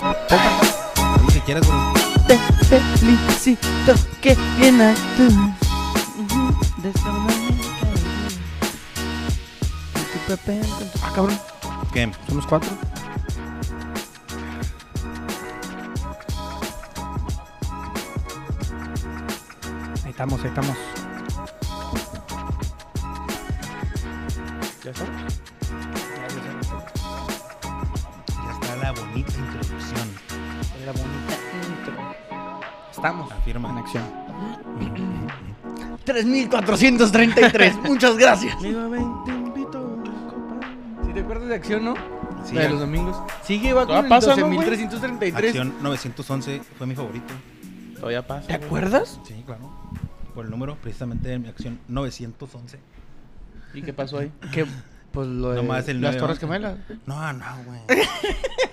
copa. A mí que quiera con un- Te felicito, que bien actúas. Ujú, de esa manera. Y tu papel con tu- Ah, cabrón. ¿Qué? ¿Somos cuatro? Ahí estamos, ahí estamos. ¿Ya está? Ya está la bonita introducción. La bonita intro. Estamos Afirma. en acción. 3433, muchas gracias. Amigo, ven, te invito a una copa. Si te acuerdas de acción, ¿no? Sí, La de ac- los domingos. Sigue, va con el pasa, ¿no, 12.333. Acción 911 fue mi favorito. Todavía pasa. ¿Te güey. acuerdas? Sí, claro. Por el número, precisamente de mi acción 911. ¿Y qué pasó ahí? Que, pues lo de Nomás el Las 911. Torres Gemelas. No, no, güey.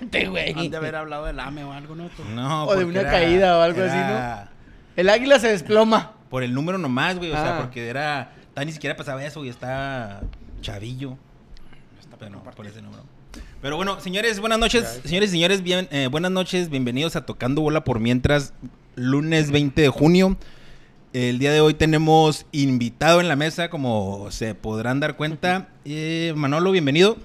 Te, güey. Han de haber hablado del AME o algo, ¿no? No, O de porque una caída o algo así, era El águila se desploma. Por el número nomás, güey. O sea, Ah. porque era. Tan ni siquiera pasaba eso y está chavillo. Pero no, por ese número. Pero bueno, señores, buenas noches. Señores y señores, bien, eh, buenas noches. Bienvenidos a Tocando Bola por Mientras, lunes 20 de junio. El día de hoy tenemos invitado en la mesa, como se podrán dar cuenta. Eh, Manolo, bienvenido.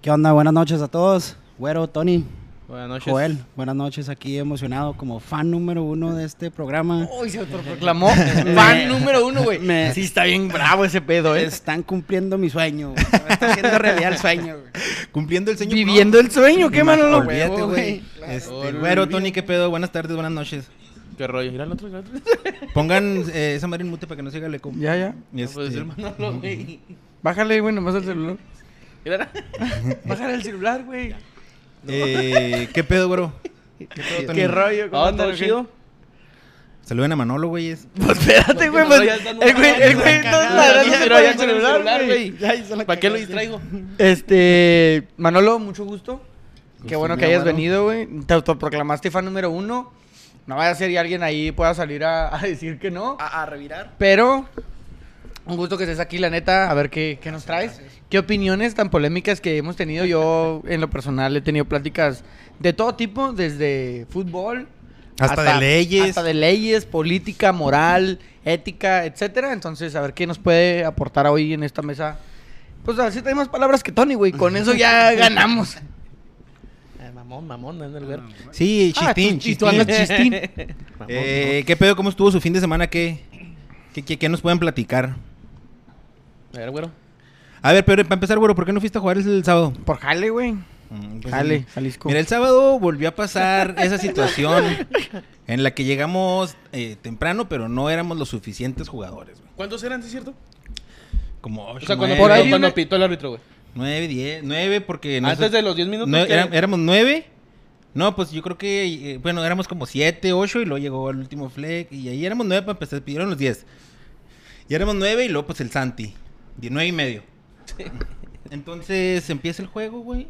¿Qué onda? Buenas noches a todos. Güero, Tony, Buenas noches. Joel, buenas noches. Aquí emocionado como fan número uno de este programa. Uy, se autoproclamó fan número uno, güey. Me- Sí, está bien bravo ese pedo, ¿eh? Están cumpliendo mi sueño. güey. Me está haciendo realidad el sueño. güey. Cumpliendo el señor. Viviendo el sueño, qué malo lo Olvídate, huevo, güey. Este, güero, Tony, ¿qué pedo? Buenas tardes, buenas noches. ¿Qué rollo? Mira el otro, mira el otro. Pongan eh, esa madre en mute para que no siga el eco. Ya, ya. Este, Pues el Manolo, güey. Bájale, güey, nomás al celular. Mira, Bájale al celular, güey. eh, ¿Qué pedo, güero? ¿Qué pedo, Tony? Qué rollo, ¿A dónde lo chido? Saluden a Manolo, güeyes. Pues espérate, güey. Pues, el güey, el güey, no, la verdad, Ya se tiró fue ya al con el celular, güey. Ya hizo la ¿Para qué lo cagaste. distraigo? Este, Manolo, mucho gusto. Qué Gusto bueno que mío, hayas mano. venido, güey. Te autoproclamaste fan número uno. No vaya a ser y alguien ahí pueda salir a, a decir que no. A, a revirar. Pero, un gusto que estés aquí, la neta. A ver qué, qué nos traes. ¿Qué opiniones tan polémicas que hemos tenido? Yo, en lo personal, he tenido pláticas de todo tipo, desde fútbol. Hasta de leyes. Hasta de leyes, política, moral, ética, etcétera. Entonces, a ver qué nos puede aportar hoy en esta mesa. Pues a ver si trae más palabras que Tony, güey. Con eso ya ganamos. Eh, mamón, mamón, anda el verbo. Sí, chistín, Ah, tú- y tú chistín. andas chistín. Mamón, Eh, ¿Qué pedo? ¿Cómo estuvo su fin de semana? ¿Qué, qué, qué- qué nos pueden platicar? mamón. A ver, güero. A ver, pero para empezar, güero, ¿por qué no fuiste a jugar el sábado? Por jale, güey. Mm, pues, Jale, sí. Jalisco. Mira, el sábado volvió a pasar esa situación en la que llegamos eh, temprano, pero no éramos los suficientes jugadores, güey. ¿Cuántos eran, sí es cierto? Pues Como O ocho, sea, cuando, nueve, por ahí cuando una- pitó el árbitro, güey. 9, 10, 9 porque no Antes sé- de los 10 minutos. no, que- era- éramos 9. No, pues yo creo que eh, bueno, éramos como 7, 8 y luego llegó el último Fleck y ahí éramos 9 para empezar, pidieron los 10. Y éramos 9 y luego pues el Santi, 19 y medio. Entonces empieza el juego, güey.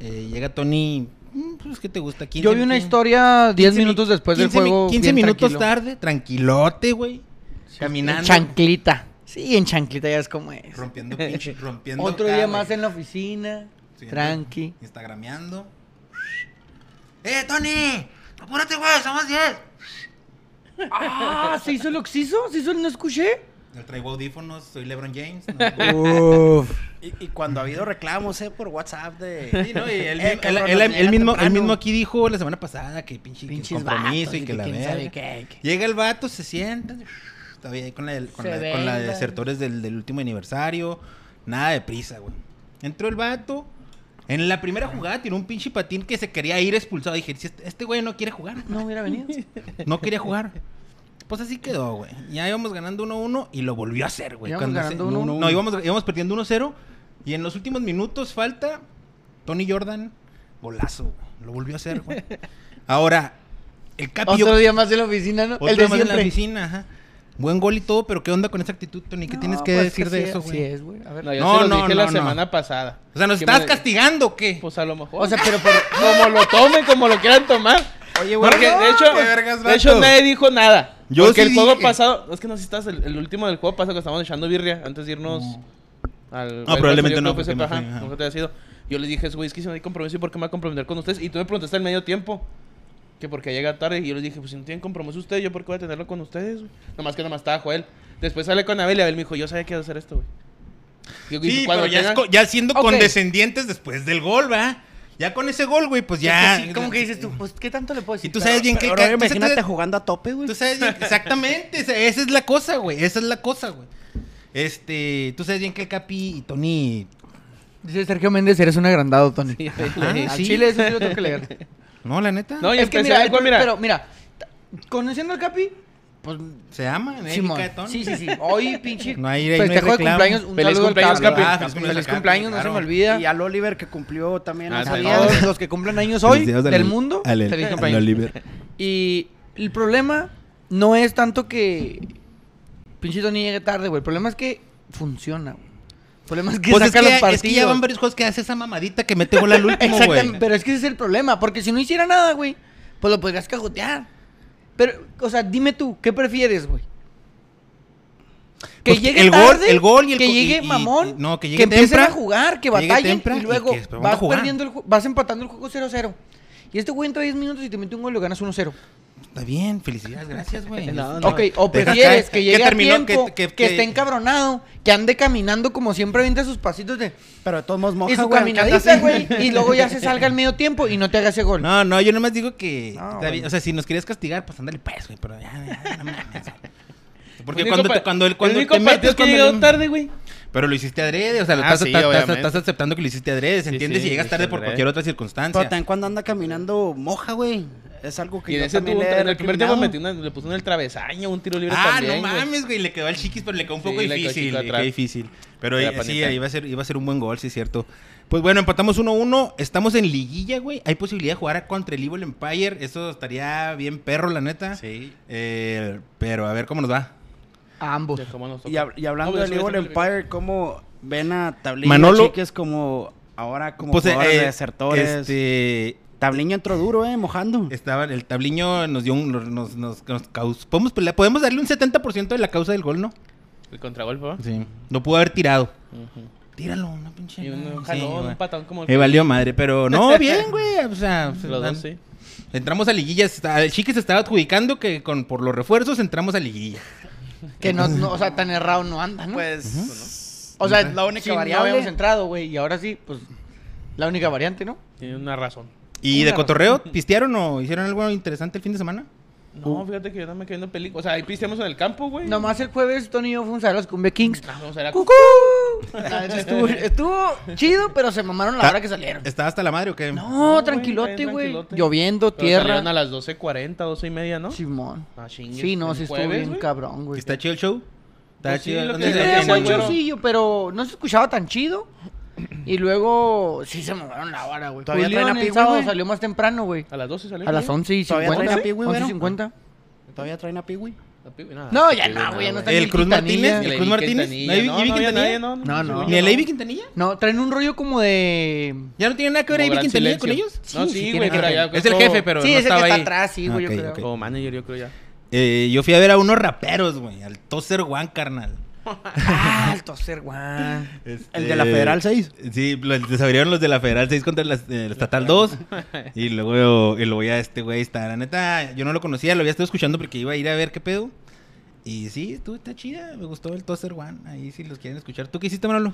Eh, llega Tony, mm, pues ¿qué te gusta? 15, Yo vi una 15, historia 10 15 mi- minutos después del 15 mi- juego. 15 bien minutos tranquilo. tarde, tranquilote, güey. En Caminando. chanclita. Sí, en chanclita ya es como es. Rompiendo pinche, rompiendo Otro acá, día güey. más en la oficina. Sí, tranqui. Instagrameando. ¡Eh, Tony! ¡Apúrate, güey! ¡Somos 10! Ah, ¿se hizo lo que se hizo? ¿Se hizo el no escuché? Yo traigo audífonos, soy LeBron James. ¿no? Y, y cuando ha habido reclamos, ¿eh? Por WhatsApp de... Sí, ¿no? Y él, Eh, mismo- él- cabrón, él- nos él llegan mismo, él temprano. mismo aquí dijo la semana pasada que pinche que Pinches compromiso vatos y que la quién sabe verga. qué, qué. Llega el vato, se sienta. Todavía ahí con la, del- con Se la- con la de vengan. desertores del, del último aniversario. Nada de prisa, güey. Entró el vato. En la primera jugada tiró un pinche patín que se quería ir expulsado. Dije, "Si este- este güey no quiere jugar. No hubiera venido. No quería jugar. Pues así quedó, güey. Ya íbamos ganando 1-1 y lo volvió a hacer, güey. Íbamos Cuando ganando se- 1-1. No, íbamos, íbamos perdiendo 1-0. Y en los últimos minutos falta Tony Jordan, golazo. güey. Lo volvió a hacer, güey. Ahora, el Capi... Ah, yo- Otro día más en la oficina, ¿no? otro el de más en la siempre. oficina, ajá. Buen gol y todo, pero ¿qué onda con esa actitud, Tony? ¿Qué tienes que decir de eso, güey? pues, es, güey. A ver. No, yo No, se los no, dije no, la no. semana pasada. O sea, ¿nos Que estás me- castigando o qué? Pues a lo mejor. O sea, pero por... como lo tomen, como lo quieran tomar. Oye, Porque de hecho, qué vergas, de hecho vato. nadie dijo nada. Yo porque sí el juego dije. pasado, es que no sé si estás el, el último del juego pasado que estábamos echando birria antes de irnos al al- Ah, probablemente al- no, fue ese- porque no ajá, fui, ajá. nunca te había sido. Yo les dije, güey, es que si no hay compromiso, ¿y por qué me voy a comprometer con ustedes? Y tú me preguntaste al medio tiempo. Que porque llega tarde. Y yo les dije, pues si no tienen compromiso ustedes, ¿yo por qué voy a tenerlo con ustedes? güey? Nomás que nomás estaba Joel. Después hablé con Abel y Abel me dijo, yo sabía que iba a hacer esto, güey. Yo dije, Sí, cuando pues pero ya, es tengan- co- ya siendo Ok. condescendientes después del gol, ¿va? Ya con ese gol, güey, pues ya. Es que sí, como que dices tú, pues, ¿qué tanto le puedo decir? Y tú sabes bien que. Ahora que- tú imagínate sabes- jugando a tope, güey. Tú sabes bien- exactamente, esa esa es la cosa, güey, esa es la cosa, güey. Este, tú sabes bien que el Capi y Tony, Dice Sergio Méndez, eres un agrandado, Tony. Ah, Ajá, Al sí. Chile eso sí lo tengo que leer. no, la neta, No, y es que empecé mira, algo, mira. pero mira, ta- conociendo al Capi, pues se aman, eh, Simón. Mica de Tony. Sí, sí, sí. Hoy pinche No hay- ahí no hay festejo de reclamo. Ah, cumpleaños, un Feliz saludo al cumpleaños, Capi. Capi. Feliz cumpleaños al Feliz Capi, cumpleaños, no se claro. me olvida. Y al Oliver que cumplió también. Ah, hace sí. días. A todos los que cumplen años hoy Felicidades al- del mundo, al- feliz al cumpleaños. Oliver. Y el problema no es tanto que pinche Tony llegue tarde, güey. El problema es que funciona, güey. El problema es que Pues es saca que, los ya, partidos. es que ya van varios juegos que hace esa mamadita que mete gol al último, güey. Exactamente, pero es que ese es el problema, porque si no hiciera nada, güey, pues lo podrías cajotear. Pero, o sea, dime tú, ¿qué prefieres, güey? Que Pues llegue el gol- tarde, el gol y el que co- y- llegue y- mamón, y- no, que llegue empiecen tempra, a jugar, que que llegue batallen tempra y y luego que se ponga a vas jugar. perdiendo el ju- vas empatando el juego 0-0. Y este güey entra 10 minutos y te mete un gol y lo ganas 1-0. Está bien, felicidades, gracias, güey. No, no. Ok, o Deja prefieres caer- que llegue terminó, a tiempo, que, que- que- esté encabronado, que ande caminando como siempre avienta sus pasitos de Pero de todos modos moja, y su güey, aunque anda caminadita, así. güey, y luego ya se salga al medio tiempo y no te haga ese gol. No, no, yo nomás digo que. No, está bueno. bien, O sea, si nos querías castigar, pues ándale, pues, güey. Pero ya, ya, no mames, güey. Porque El único cuando, pa- te- cuando, el, cuando único te metes. partido que he cuando llegado le- tarde, güey. Pero lo hiciste adrede, o sea, lo Ah, estás, sí, estás- estás- obviamente. estás aceptando que lo hiciste adrede, ¿se Sí, entiende? sí, si llegas lo tarde hice por adrede. cualquier otra Pero circunstancia. también cuando anda caminando moja, güey. Es algo que Y en yo ese también tuvo un- le he en el primer tiempo recriminado. metí una- le puso en el travesaño, un tiro libre Ah, también. no güey. mames, güey, le quedó al chiquis, pero le quedó un Sí, poco le quedó difícil, chico le quedó atrás. difícil. Pero Era eh, sí, panita. iba a, ser, iba a ser un buen gol, sí, es cierto. Pues bueno, empatamos 1-1, estamos en liguilla, güey. Hay posibilidad de jugar contra el Evil Empire, eso estaría bien perro, la neta. Sí. Eh, pero a ver cómo nos va. A ambos. Ya, cómo nos toca. Y, hab- y hablando No, del pero eso- Evil eso- Empire, ¿cómo ven a Tabliño, Manolo- chiques, como ahora como Pues, eh, jugadores eh, de desertores? Este, Tabliño entró duro, eh, mojando. estaba, el tabliño nos dio un, nos, nos, nos caus- podemos, pelear- podemos darle un 70% de la causa del gol, ¿no? El contragolpe, ¿va? Sí. No pudo haber tirado. Ujú. Tíralo, una pinche. Y un Sí, jalón, güey. un patón como el- Me valió madre, pero no, bien, güey. O sea, Los dos, sí. entramos a liguillas. El chique se estaba adjudicando que con, por los refuerzos entramos a liguilla. Que no, no, o sea, tan errado no anda, ¿no? Pues. o sea, es la única variable. No habíamos entrado, güey, y ahora sí, pues, la única variante, ¿no? Tiene una razón. ¿Y Una de cotorreo? ¿Pistearon o hicieron algo interesante el fin de semana? No, fíjate que yo no me quedé en película. O sea, ahí pisteamos en el campo, güey. Nomás el jueves Tony y yo fuimos a ver los Cumbia Kings. Ah, vamos a ver a- ¡Cucú! La neta, estuvo, estuvo chido, pero se mamaron la Ta- hora que salieron. ¿Estaba hasta la madre o qué? Ah, No, güey, tranquilote, bien güey. tranquilote. Lloviendo, Pero salieron tierra. a las 12.40, 12 y media, ¿no? Simón. Ah, chingues. Sí, no, ¿El sí estuvo jueves, bien güey? cabrón, güey. ¿Está chido el show? ¿Está Pues sí, chido? lo ¿Dónde que se- Sí, decía era dónde el se- buen güero. showcillo, pero no se escuchaba tan chido. Y luego sí se mamaron la hora, güey. Todavía Julián traen a el Pigüe, sábado güey. salió más temprano, güey. A las 12 salió. A las 11 y ¿Todavía 50. traen a Pigüe, güey, no? 11 y 50. ¿Todavía traen a Piwi? No, ya no, güey, ya no está ni ¿El Cruz Quintanilla. Martínez? ¿El Cruz Martínez? ¿No hay Vicky Quintanilla? No, No, no. ¿Ni el Avi Quintanilla? No, traen un rollo como de... ¿Ya no tiene nada que ver Como Avi gran Quintanilla con silencio. ellos? No, Sí, sí, sí, tiene güey, que pero ver. ya. Es el jefe, pero sí, no es el que estaba está ahí. atrás, sí, güey, Ok, yo creo. ok. Como manager, yo creo ya. Eh, yo fui a ver a unos raperos, güey. Al Toser One, carnal. Ah, el Toser Juan. Eh, ¿El de la Federal 6? Este, Sí, lo- les abrieron los de la Federal 6 contra la, eh, la Estatal 2. y luego, y luego ya este güey está. La neta, yo no lo conocía, lo había estado escuchando porque iba a ir a ver qué pedo. Y sí, estuvo, está chida, me gustó el Toaster One. Ahí si los quieren escuchar. ¿Tú qué hiciste, Manolo?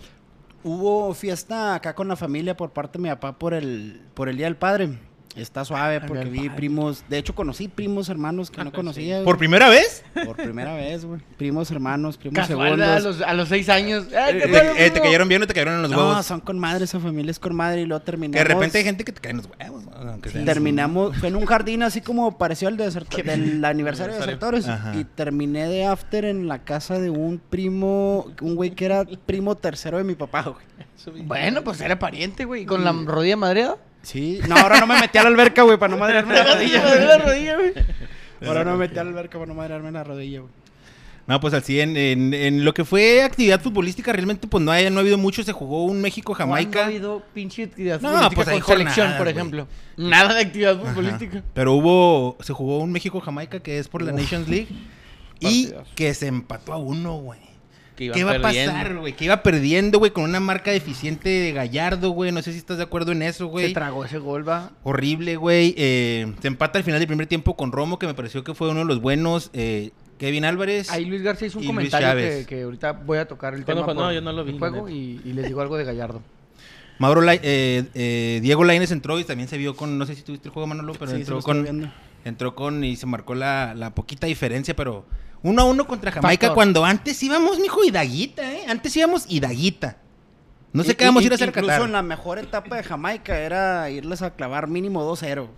Hubo fiesta acá con la familia por parte de mi papá por el, por el Día del Padre. Está suave porque vi primos, de hecho conocí primos hermanos que no conocía. güey. ¿Por primera vez? Por primera vez, güey. Primos hermanos, primos Casual, ¿verdad? a segundos. los, a los seis años. Ay, Eh, ¿qué ¿Te, tal, eh, te amigo? cayeron bien o te cayeron en los No, huevos? son con madre, esa familia es con madre y luego terminamos. Que de repente hay gente que te cae en los huevos. ¿no? Aunque sea. Terminamos, fue en un jardín así como pareció al de desert- del aniversario de desertores. Ajá. Y terminé de after en la casa de un primo, un güey que era primo tercero de mi papá, güey. Bueno, pues era pariente, güey. ¿Y ¿Con la rodilla madreada? Sí, no, ahora no me metí a la alberca, güey, para no madrearme la Me rodilla. madreó la rodilla, güey. Ahora no me metí a la alberca para no madrearme la rodilla, güey. No, pues al 100. En, en lo que fue actividad futbolística, realmente pues no, hay, no ha habido mucho. Se jugó un ¿Cuándo ha México-Jamaica. habido pinche actividad No, futbolística pues hay con selección, jornadas, por güey. ejemplo? Nada de actividad futbolística. Ajá. Pero hubo, se jugó un México-Jamaica que es por la Nations League y que se empató a uno, güey. que iban ¿Qué va a perdiendo. pasar, güey? Que iba perdiendo, güey, con una marca deficiente de Gallardo, güey. No sé si estás de acuerdo en eso, Se güey. tragó ese gol, va. Horrible, güey. Eh, se empata al final del primer tiempo con Romo, que me pareció que fue uno de los buenos. Eh, Kevin Álvarez. Ahí Luis García hizo un Y Luis comentario que, Chávez. que ahorita voy a tocar el Cuando tema fue- no, por yo no lo vi, el la juego neta. y, y les digo algo de Gallardo. Mauro Lai- eh, eh, Diego Lainez entró y también se vio con, no sé si tuviste el juego, Manolo, pero Sí, sí entró lo estoy con. viendo. Entró con y se marcó la, la poquita diferencia, pero uno a uno contra Jamaica Factor. cuando antes íbamos, mijo, hidaguita, ¿eh? Antes íbamos hidaguita. No sé Y- qué vamos a y- ir a hacer a Incluso Qatar. en la mejor etapa de Jamaica era irles a clavar mínimo 2-0.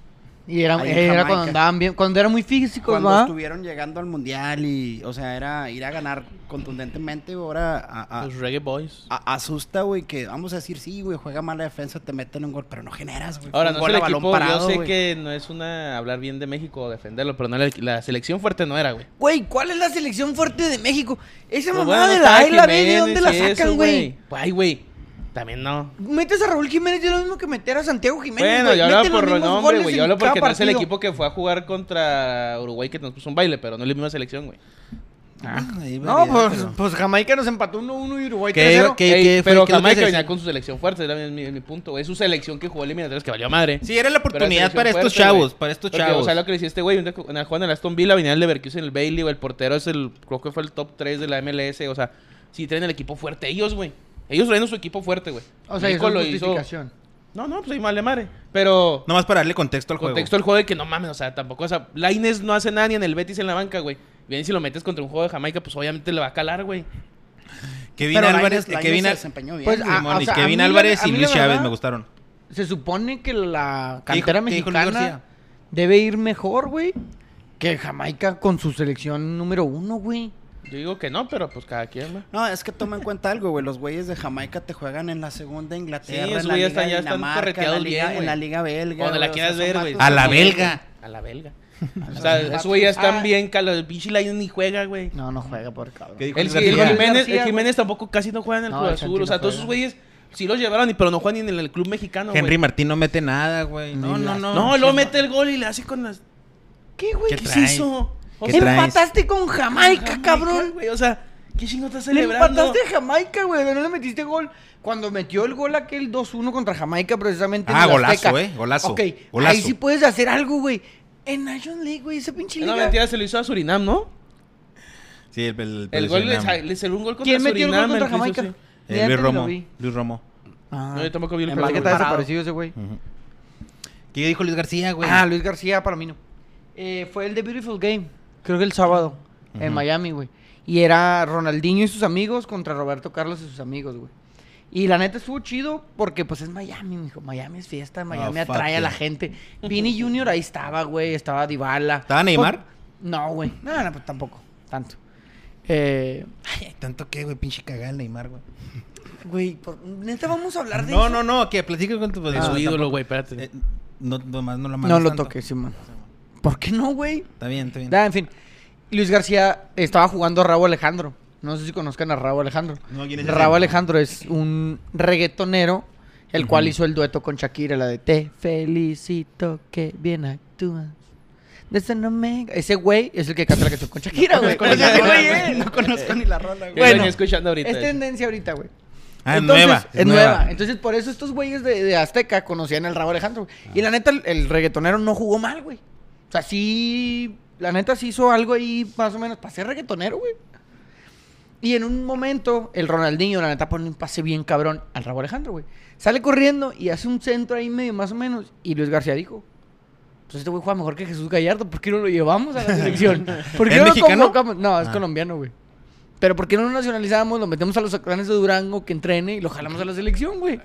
Y era, Ahí en era cuando Jamaica. andaban bien, cuando eran muy físicos, Cuando Pues va. estuvieron llegando al mundial y, o sea, era ir a ganar contundentemente. Ahora a- a- Pues- Los Reggae Boys. a- asusta, güey, que vamos a decir, sí, güey, juega mala defensa, te meten un gol, pero no generas, güey. Ahora, Un no gol es el a balón equipo, yo parado, sé güey. que no es una hablar bien de México o defenderlo, pero no era el- la selección fuerte no era, güey. Güey, ¿cuál es la selección fuerte de México? Esa Pues mamada bueno, de estaba la Isla B, ¿de Jiménez dónde la y eso, sacan, güey? Pues, Ay, güey. También no. Metes a Raúl Jiménez y es lo mismo que meter a Santiago Jiménez. Bueno, güey. yo hablo Meten los por mismos nombre, goles güey. en Yo hablo porque cada no es el partido. equipo que fue a jugar contra Uruguay que nos puso un baile, pero no es la misma selección, güey. Ah, Ahí No, variedad, pues, pero- pues Jamaica nos empató 1-1 y Uruguay ¿Qué- 3-0. qué- Ey, qué fue- pero qué es lo que Jamaica se- venía con su selección fuerte, era mi, mi- mi punto, güey. Es su selección que jugó eliminatorias que valió madre. Sí, era la oportunidad Pero para la estos selección fuerte, chavos, güey. para estos Porque, chavos. O sea, lo que le hiciste, güey, una Juan en el Aston Villa, venía el Leverkusen, el Bailey, güey, el portero es el, creo que fue el top 3 de la MLS, o sea, sí traen el equipo fuerte ellos, güey. Ellos traen su equipo fuerte, güey. O sea, Nico eso lo es hizo- justificación. No, no, pues ahí mal de madre. Pero Nomás para darle contexto al juego. contexto del juego de que no mames, o sea, tampoco, o sea, Laines no hace nada ni en el Betis en la banca, güey. Bien, si lo metes contra un juego de Jamaica, pues obviamente le va a calar, güey. Kevin Pero Álvarez, Lainez- Lainez Kevin, se Al- desempeñó bien. Pues, güey. ah, Simón, o y sea, a Kevin mí la- Álvarez a y mí la Luis Chávez verdad- me gustaron. Se supone que la ¿Qué dijo- cantera qué dijo Luis mexicana García? debe ir mejor, güey, que Jamaica con su selección número uno, güey. Yo digo que no, pero pues cada quien, güey. No, es que toma en cuenta algo, güey. Los güeyes de Jamaica te juegan en la segunda Inglaterra, Sí, esos en la güeyes liga están- ya de están Dinamarca, en la correteados liga, bien, güey. en la liga belga. Cuando la güey, o quieras sea, son ver, güey. vatos A la que- belga. A la belga. O sea, esos güeyes están bien calados. El pinche Laines ni juega, güey. Ah. No, no juega por cabrón. ¿Qué dijo El, Luis el García? Jiménez, García, el Jiménez tampoco casi no juega en el No, Cruz el Santi Azul. O sea, no todos juega. esos güeyes sí los llevaron, y- pero no juegan ni en el club mexicano, güey. Henry Martín no mete nada, güey. No, no, no. No, luego mete el gol y le hace con las... ¿Qué, güey? ¿Qué ¿Qué, se traes? hizo? O ¿Qué sea, traes? Empataste con Jamaica, Jamaica, cabrón. güey, O sea, ¿qué chingo estás Le celebrando? empataste a Jamaica, güey. No le metiste gol. Cuando metió el gol aquel 2-1 contra Jamaica, precisamente. en Ah, el golazo, Azteca. eh, golazo, Ok, ahí golazo. sí puedes hacer algo, güey. En National League, güey, esa pinche liga. No, mentira, se lo hizo a Surinam, ¿no? Sí, el, el, El gol Surinam. le, le cerró un gol contra ¿Quién metió el gol Surinam, contra que hizo, Jamaica? sí. Eh, Fíjate, Luis lo Romo. vi. Luis Romo. No, yo tampoco vi el En gol. verdad que está güey. desaparecido ese güey. Ujú. ¿Qué dijo Luis García, güey? Ah, Luis García para mí no. Eh, fue el de Beautiful Game, creo que el sábado, en Miami, güey. Y era Ronaldinho y sus amigos contra Roberto Carlos y sus amigos, güey. Y la neta estuvo chido porque pues es Miami, mijo. Miami es fiesta, Miami Ah, fuck atrae a la yeah. gente. Vini Junior ahí estaba, güey, estaba Dybala. ¿Estaba Neymar? Pues, no, güey. No, no, pues tampoco. Tanto. Eh, Ay, tanto que, güey, pinche cagada el Neymar, güey. güey, por- neta vamos a hablar de No, eso. no, no, que platique con tu eh, Es Ah, su ídolo, güey, espérate. no, nomás no la No lo toques, Simón. ¿Por qué no, güey? Está bien, está bien. Da, en fin. Luis García estaba jugando a Raúl Alejandro. No sé si conozcan a Raúl Alejandro. No, ¿quién es ese? Raúl Alejandro es un reggaetonero, el cual hizo el dueto con Shakira, la de Te felicito que bien actúas. De esa no me- Ese güey es el que canta la canción con Shakira, güey. conozco Ese ni la güey eh, rola, es. No conozco ni la rola, Yo güey. lo Bueno, venía escuchando ahorita. Es de hecho. tendencia ahorita, güey. Ah, es Entonces, nueva. Es nueva. Entonces, por eso estos güeyes de, de Azteca conocían al Raúl Alejandro. güey. Y la neta, el, el reggaetonero no jugó mal, güey. O sea, sí. La neta sí hizo algo ahí, más o menos, para ser reggaetonero, güey. Y en un momento, el Ronaldinho, la neta, pone un pase bien cabrón al Raúl Alejandro, güey. Sale corriendo y hace un centro ahí medio, más o menos. Y Luis García dijo. Pues este güey juega mejor que Jesús Gallardo, ¿por qué no lo llevamos a la selección? ¿Por qué ¿Es no lo mexicano? convocamos? No, es Ah. colombiano, güey. Pero ¿por qué no lo nacionalizamos? Lo metemos a los alacranes de Durango que entrene y lo jalamos a la selección, güey.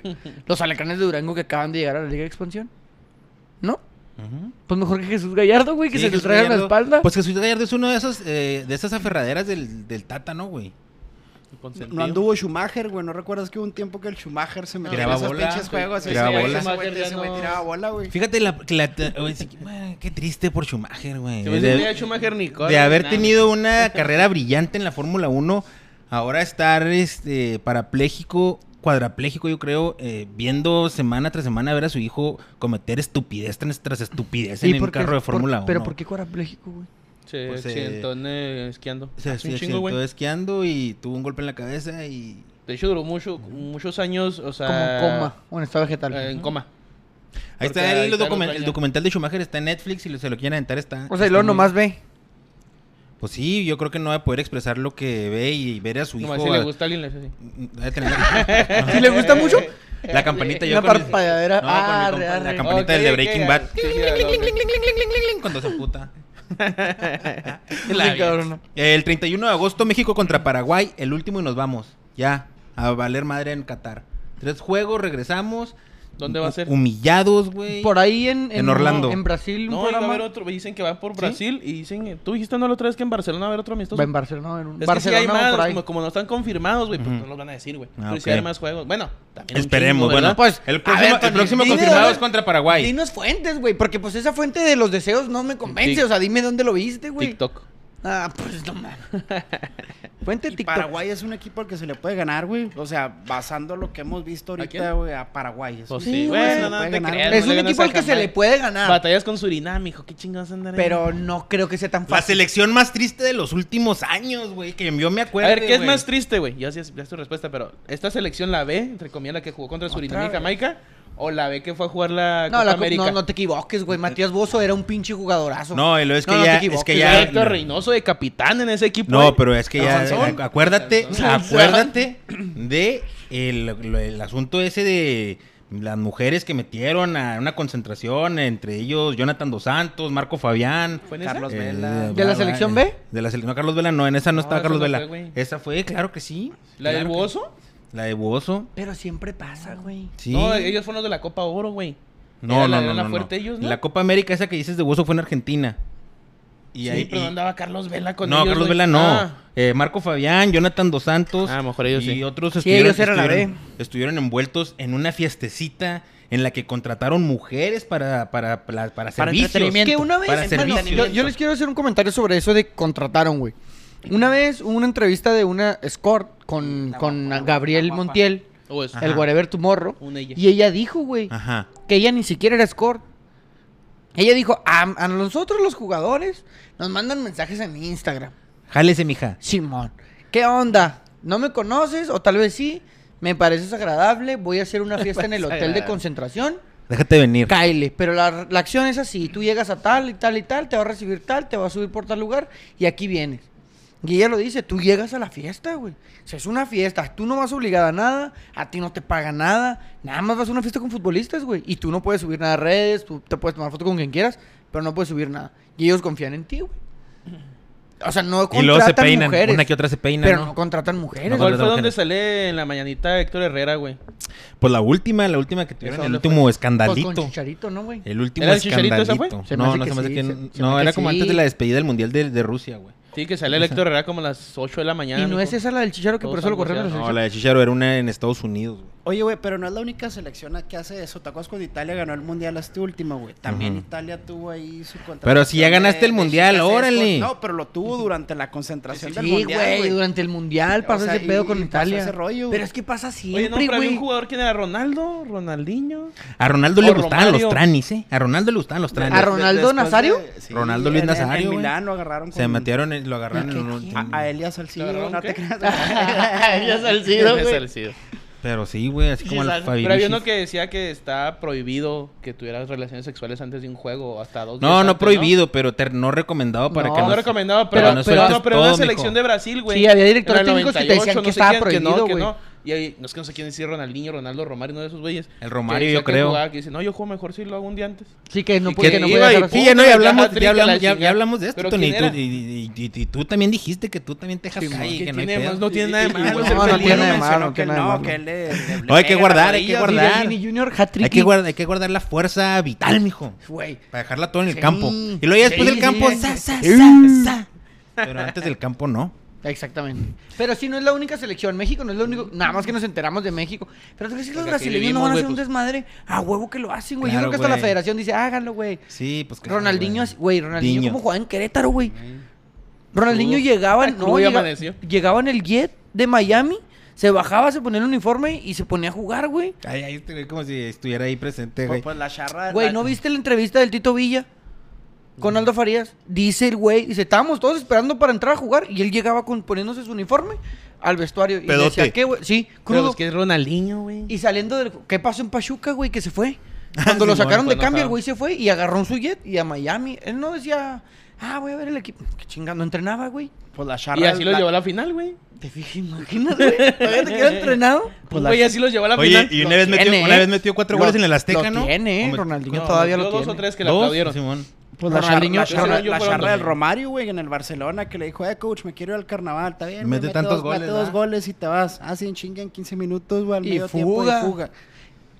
Los alacranes de Durango que acaban de llegar a la Liga de Expansión. ¿No? Ujú. Pues mejor que Jesús Gallardo, güey, que Sí, se les Jesús traiga en la Gallardo. espalda. Pues Jesús Gallardo es uno de esos, eh, de esas aferraderas del, del Tata, ¿no, güey? Consentido. No anduvo Schumacher, güey. ¿No recuerdas que hubo un tiempo que el Schumacher se metía Tiraba en esos bola, pinches güey. juegos? Tiraba ese güey- bola. ese güey- Schumacher Ese ya güey no- tiraba bola, güey. Fíjate la... que la güey, sí, bueno, qué triste por Schumacher, güey. Si hubiese De- tenido a Schumacher, ni corre, de haber nada. tenido una carrera brillante en la Fórmula 1, ahora estar este parapléjico, cuadrapléjico, yo creo, eh, viendo semana tras semana ver a su hijo cometer estupidez tras, tras estupidez en por un qué- carro de por- Fórmula 1. Pero ¿por qué Cuarapléjico, güey? Se Pues, eh, accidentó en, eh, esquiando. Se, Hace se un chingo, accidentó güey. esquiando y tuvo un golpe en la cabeza y... De hecho, duró mucho, muchos años, o sea... Como coma, bueno, está vegetal. eh, en coma. Ahí Porque está, el, ahí está documen- los el daños. documental de Schumacher, está en Netflix y se lo quieren aventar, está... o sea, y está luego muy- nomás ve. Pues sí, yo creo que no va a poder expresar lo que ve y ver a su Pues, hijo... Nomás si le a- gusta a alguien, le hace así. Va a tener- ¿Si le gusta mucho? La campanita yo Una con mi- parpadeadera. Ah, No, con mi compa- Arre, arre. La campanita del Ok, de Breaking ok, Bad. sí, sí, a la orden. Cuando se puta. Sí, cabrón. El 31 de agosto, México contra Paraguay. El último y nos vamos. Ya. A valer madre en Qatar. Tres juegos, regresamos. ¿Dónde va a ser? Humillados, güey. Por ahí en, En Orlando. En Brasil, un No, iba a programa. haber otro. Dicen que va por Brasil y dicen... eh, Tú dijiste no la otra vez que en Barcelona va a haber otro amistoso. Va en Barcelona, en un Es que sí Barcelona hay o más, por ahí. como, como no están confirmados, güey, pues Ujú. no los van a decir, güey. Ah, Pero sí ok. hay más juegos. Bueno, también un Esperemos, chingo, bueno. ¿verdad? el a próximo, ver, el próximo dime, confirmado dime. es contra Paraguay. Dinos fuentes, güey, porque pues esa fuente de los deseos no me convence. Tik- O sea, dime dónde lo viste, güey. TikTok. Ah, pues no mames. Fuente Y TikTok. Paraguay es un equipo al que se le puede ganar, güey. O sea, basando lo que hemos visto ahorita, quién? güey, a Paraguay. Es Pues un- sí, güey, bueno, se no, puede te ganar, creas, güey. Es no un le ganas equipo a al que se Jamaica. le puede ganar. Batallas con Surinam, hijo, qué chingados andar ahí. Pero no creo que sea tan La fácil. selección más triste de los últimos años, güey. Que yo me A acuerdo. ver, ¿qué es más triste, güey? Ya sé ya es tu respuesta, pero ¿esta selección la B, entre comillas, la que jugó contra Surinam y Jamaica? ¿O la B que fue a jugar la No, Copa la co- América? no, no te equivoques, güey. Matías Bozo era un pinche jugadorazo. No, y lo es que No, no ya. te es que equivoques, ya. Héctor Reynoso de capitán en ese equipo. No, güey. pero es que ya Sansón. acuérdate, Sansón. acuérdate de el, lo- el asunto ese de las mujeres que metieron a una concentración, entre ellos Jonathan dos Santos, Marco Fabián. ¿Fue en esa? Carlos eh, Vela. ¿De la selección B? De la sele- no, Carlos Vela no, en esa no, No, estaba esa Carlos no Vela. fue, güey. esa fue, claro que sí. ¿La del claro que- Bozo? La de Bozo. Pero siempre pasa, güey. Sí. No, ellos fueron los de la Copa Oro, güey. No, Era la- no, era no, la no, no. fuerte ellos, ¿no? La Copa América esa que dices de Bozo fue en Argentina. Y sí, ahí- pero y- no andaba Carlos Vela con no, ellos, Carlos güey. Vela no. Ah. Eh, Marco Fabián, Jonathan Dos Santos. Ah, a lo mejor ellos y sí. otros Sí, estuvieron, ellos eran la estuvieron- B. estuvieron envueltos en una fiestecita en la que contrataron mujeres para, para, para, para servicios. Que una vez, Para bueno, servicios. yo, yo les quiero hacer un comentario sobre eso de contrataron, güey. Una vez hubo una entrevista de una escort con, con Gabriel Montiel, O es- Ajá. Ah. el Whatever Tomorrow, Una ella. y ella dijo, güey, Ajá. que ella ni siquiera era escort. Ella dijo, a, a nosotros los jugadores nos mandan mensajes en Instagram. Jálese, mija. Simón, ¿qué onda? ¿No me conoces? O tal vez sí, me pareces agradable, voy a hacer una fiesta en el hotel de Desagradable. concentración. Déjate venir. Cáele, pero la, la acción es así, tú llegas a tal y tal y tal, te va a recibir tal, te va a subir por tal lugar y aquí vienes. Y ella lo dice, tú llegas a la fiesta, güey. O sea, es una fiesta, tú no vas obligada a nada, a ti no te pagan nada, nada más vas a una fiesta con futbolistas, güey. Y tú no puedes subir nada a redes, tú te puedes tomar foto con quien quieras, pero no puedes subir nada. Y ellos confían en ti, güey. O sea, no y contratan luego se peinan. mujeres. Una que otra se peina. Pero ¿no? no contratan mujeres. No güey. ¿Cuál contrataron fue donde mujeres. sale en la mañanita Héctor Herrera, güey? Pues la última, la última que tuvieron, ¿Esa el dónde fue? último Pues escandalito. con Chicharito, ¿no, güey? el último ¿Era el Chicharito esa, escandalito. güey? Se me no, hace no que se me hace sí, que. se- n- se me no, hace era que como sí. antes de la despedida del Mundial de, de Rusia, güey. Sí, que sale el Héctor Herrera como a las 8 de la mañana. Y no mijo. es esa la del Chicharo que por Todos eso lo corrieron. de la No, selección? angustiados. la de Chicharo era una en Estados Unidos, güey. Oye, güey, pero no es la única selección que hace eso. ¿Te acuerdas cuando Italia ganó el mundial este último, güey? También Ujú. Italia tuvo ahí su contratación. Pero si ya de- ganaste el de mundial, chicas órale. escort. No, pero lo tuvo durante la concentración del Sí, mundial. güey, durante el mundial O pasó sea, ese pedo y- con y pasó Italia. ese rollo, pero güey. es que pasa Oye, no, siempre, pero había güey. un jugador que era Ronaldo, Ronaldinho. A Ronaldo le O gustaban los Romario. tranis, ¿eh? A Ronaldo le gustaban los tranis. ¿A Ronaldo Nazario? sí, Ronaldo Luis en- en- Nazario, En güey. Milán lo agarraron. Se metieron, en- lo agarraron en un... A, a Elías ¿Lo Salcido, agarraron no te qué? creas. ya Es Salcido. Pero sí, güey, así como el Pero había uno que decía que está prohibido que tuvieras relaciones sexuales antes de un juego, hasta dos días No, no antes, prohibido, pero ter- no recomendado para No, que No, no... no recomendado, pero, para pero, no no, pero, sueltas todo, una mijo. selección de Brasil, güey. Sí, había directores En el técnicos que te decían 98, que sé estaba quién, no, prohibido, que güey. no. Y ahí, no es que no sé quién decir Ronaldinho, Ronaldo, Romario, uno de esos güeyes. El Romario, que decía yo que creo. jugaba, que dice, no, yo juego mejor si lo hago un día antes. Sí, que no Y puede que que no iba podía y dejar así. Sí, ya no, ya Puta, hablamos, ya ya hablamos, la ya, chingada. ya hablamos de esto, ¿Pero Tony. Y quién tú, era? y- y- y- y tú también dijiste que tú también te dejas Sí, caer y que que no hay tiene pedo. más- no tiene nada Y- de y- malo, y- ese no, no pelín, tiene no de mencionó malo, que que no, no, que que él le- le- No, hay que le- guardar, hay que Sí, guardar. Vini Junior hat-trick. Hay que, guardar, hay que guardar la fuerza vital, mijo. Güey. Para dejarla todo en el Sí. campo. Y luego ya después Sí, del campo, sí. sa, sa, Sí. sa, sa. Pero antes del campo, no. Exactamente. Pero sí, no es la única selección. México no es lo único. Nada más que nos enteramos de México. Pero es que si los Porque aquí brasileños no van a vivimos, hacer güey, un pues. desmadre, a huevo que lo hacen, güey. Claro, Yo creo que hasta güey. la federación dice, háganlo, güey. Sí, pues claro, Ronaldinho, así- güey, Ronaldinho, Diño. ¿cómo jugaba en Querétaro, güey? Ronaldinho llegaba, Ay, no, crudo ya llega- amaneció. llegaba en el jet de Miami, se bajaba, se ponía el uniforme y se ponía a jugar, güey. Ay, ay, este güey como si estuviera ahí presente, Pues, güey. pues la charra. Güey, la- ¿no viste la entrevista del Tito Villa? con Aldo Farías. Dice el güey, dice, estábamos todos esperando para entrar a jugar y él llegaba con, poniéndose su uniforme al vestuario. Y le Pedote. decía, ¿qué, güey? Sí, Pero crudo. es que es Ronaldinho, güey. Y saliendo del... ¿Qué pasó en Pachuca, güey? Que se fue. Cuando lo Simón, sacaron de cuando cambio, el estaba. güey se fue y agarró un su jet y a Miami. Él no decía, ah, voy a ver el equipo. Qué chingando, entrenaba, güey. Pues la charla. Y así lo la- llevó a la final, güey. ¿Te fijas? Imagínate, güey. Todavía te queda entrenado. Un Güey, así lo llevó a la Oye, final. y una vez metió, tiene, una ¿eh? vez metió cuatro goles en el Azteca, lo ¿no? tiene, O eh, met- Ronaldinho No, todavía lo metió tiene. dos o tres que le Dos, aplaudieron. Simón. Pues la, Ronaldinho- charla, Ronaldinho- la- Ronaldinho la fue charla del Ronaldinho. Romario, güey, en el Barcelona, que le dijo, eh, coach, me quiero ir al carnaval, está bien. güey, Mete tantos dos, goles, Mete dos ¿va? goles y te vas. Así en chinga en 15 minutos, güey, al Y medio tiempo fuga. y fuga.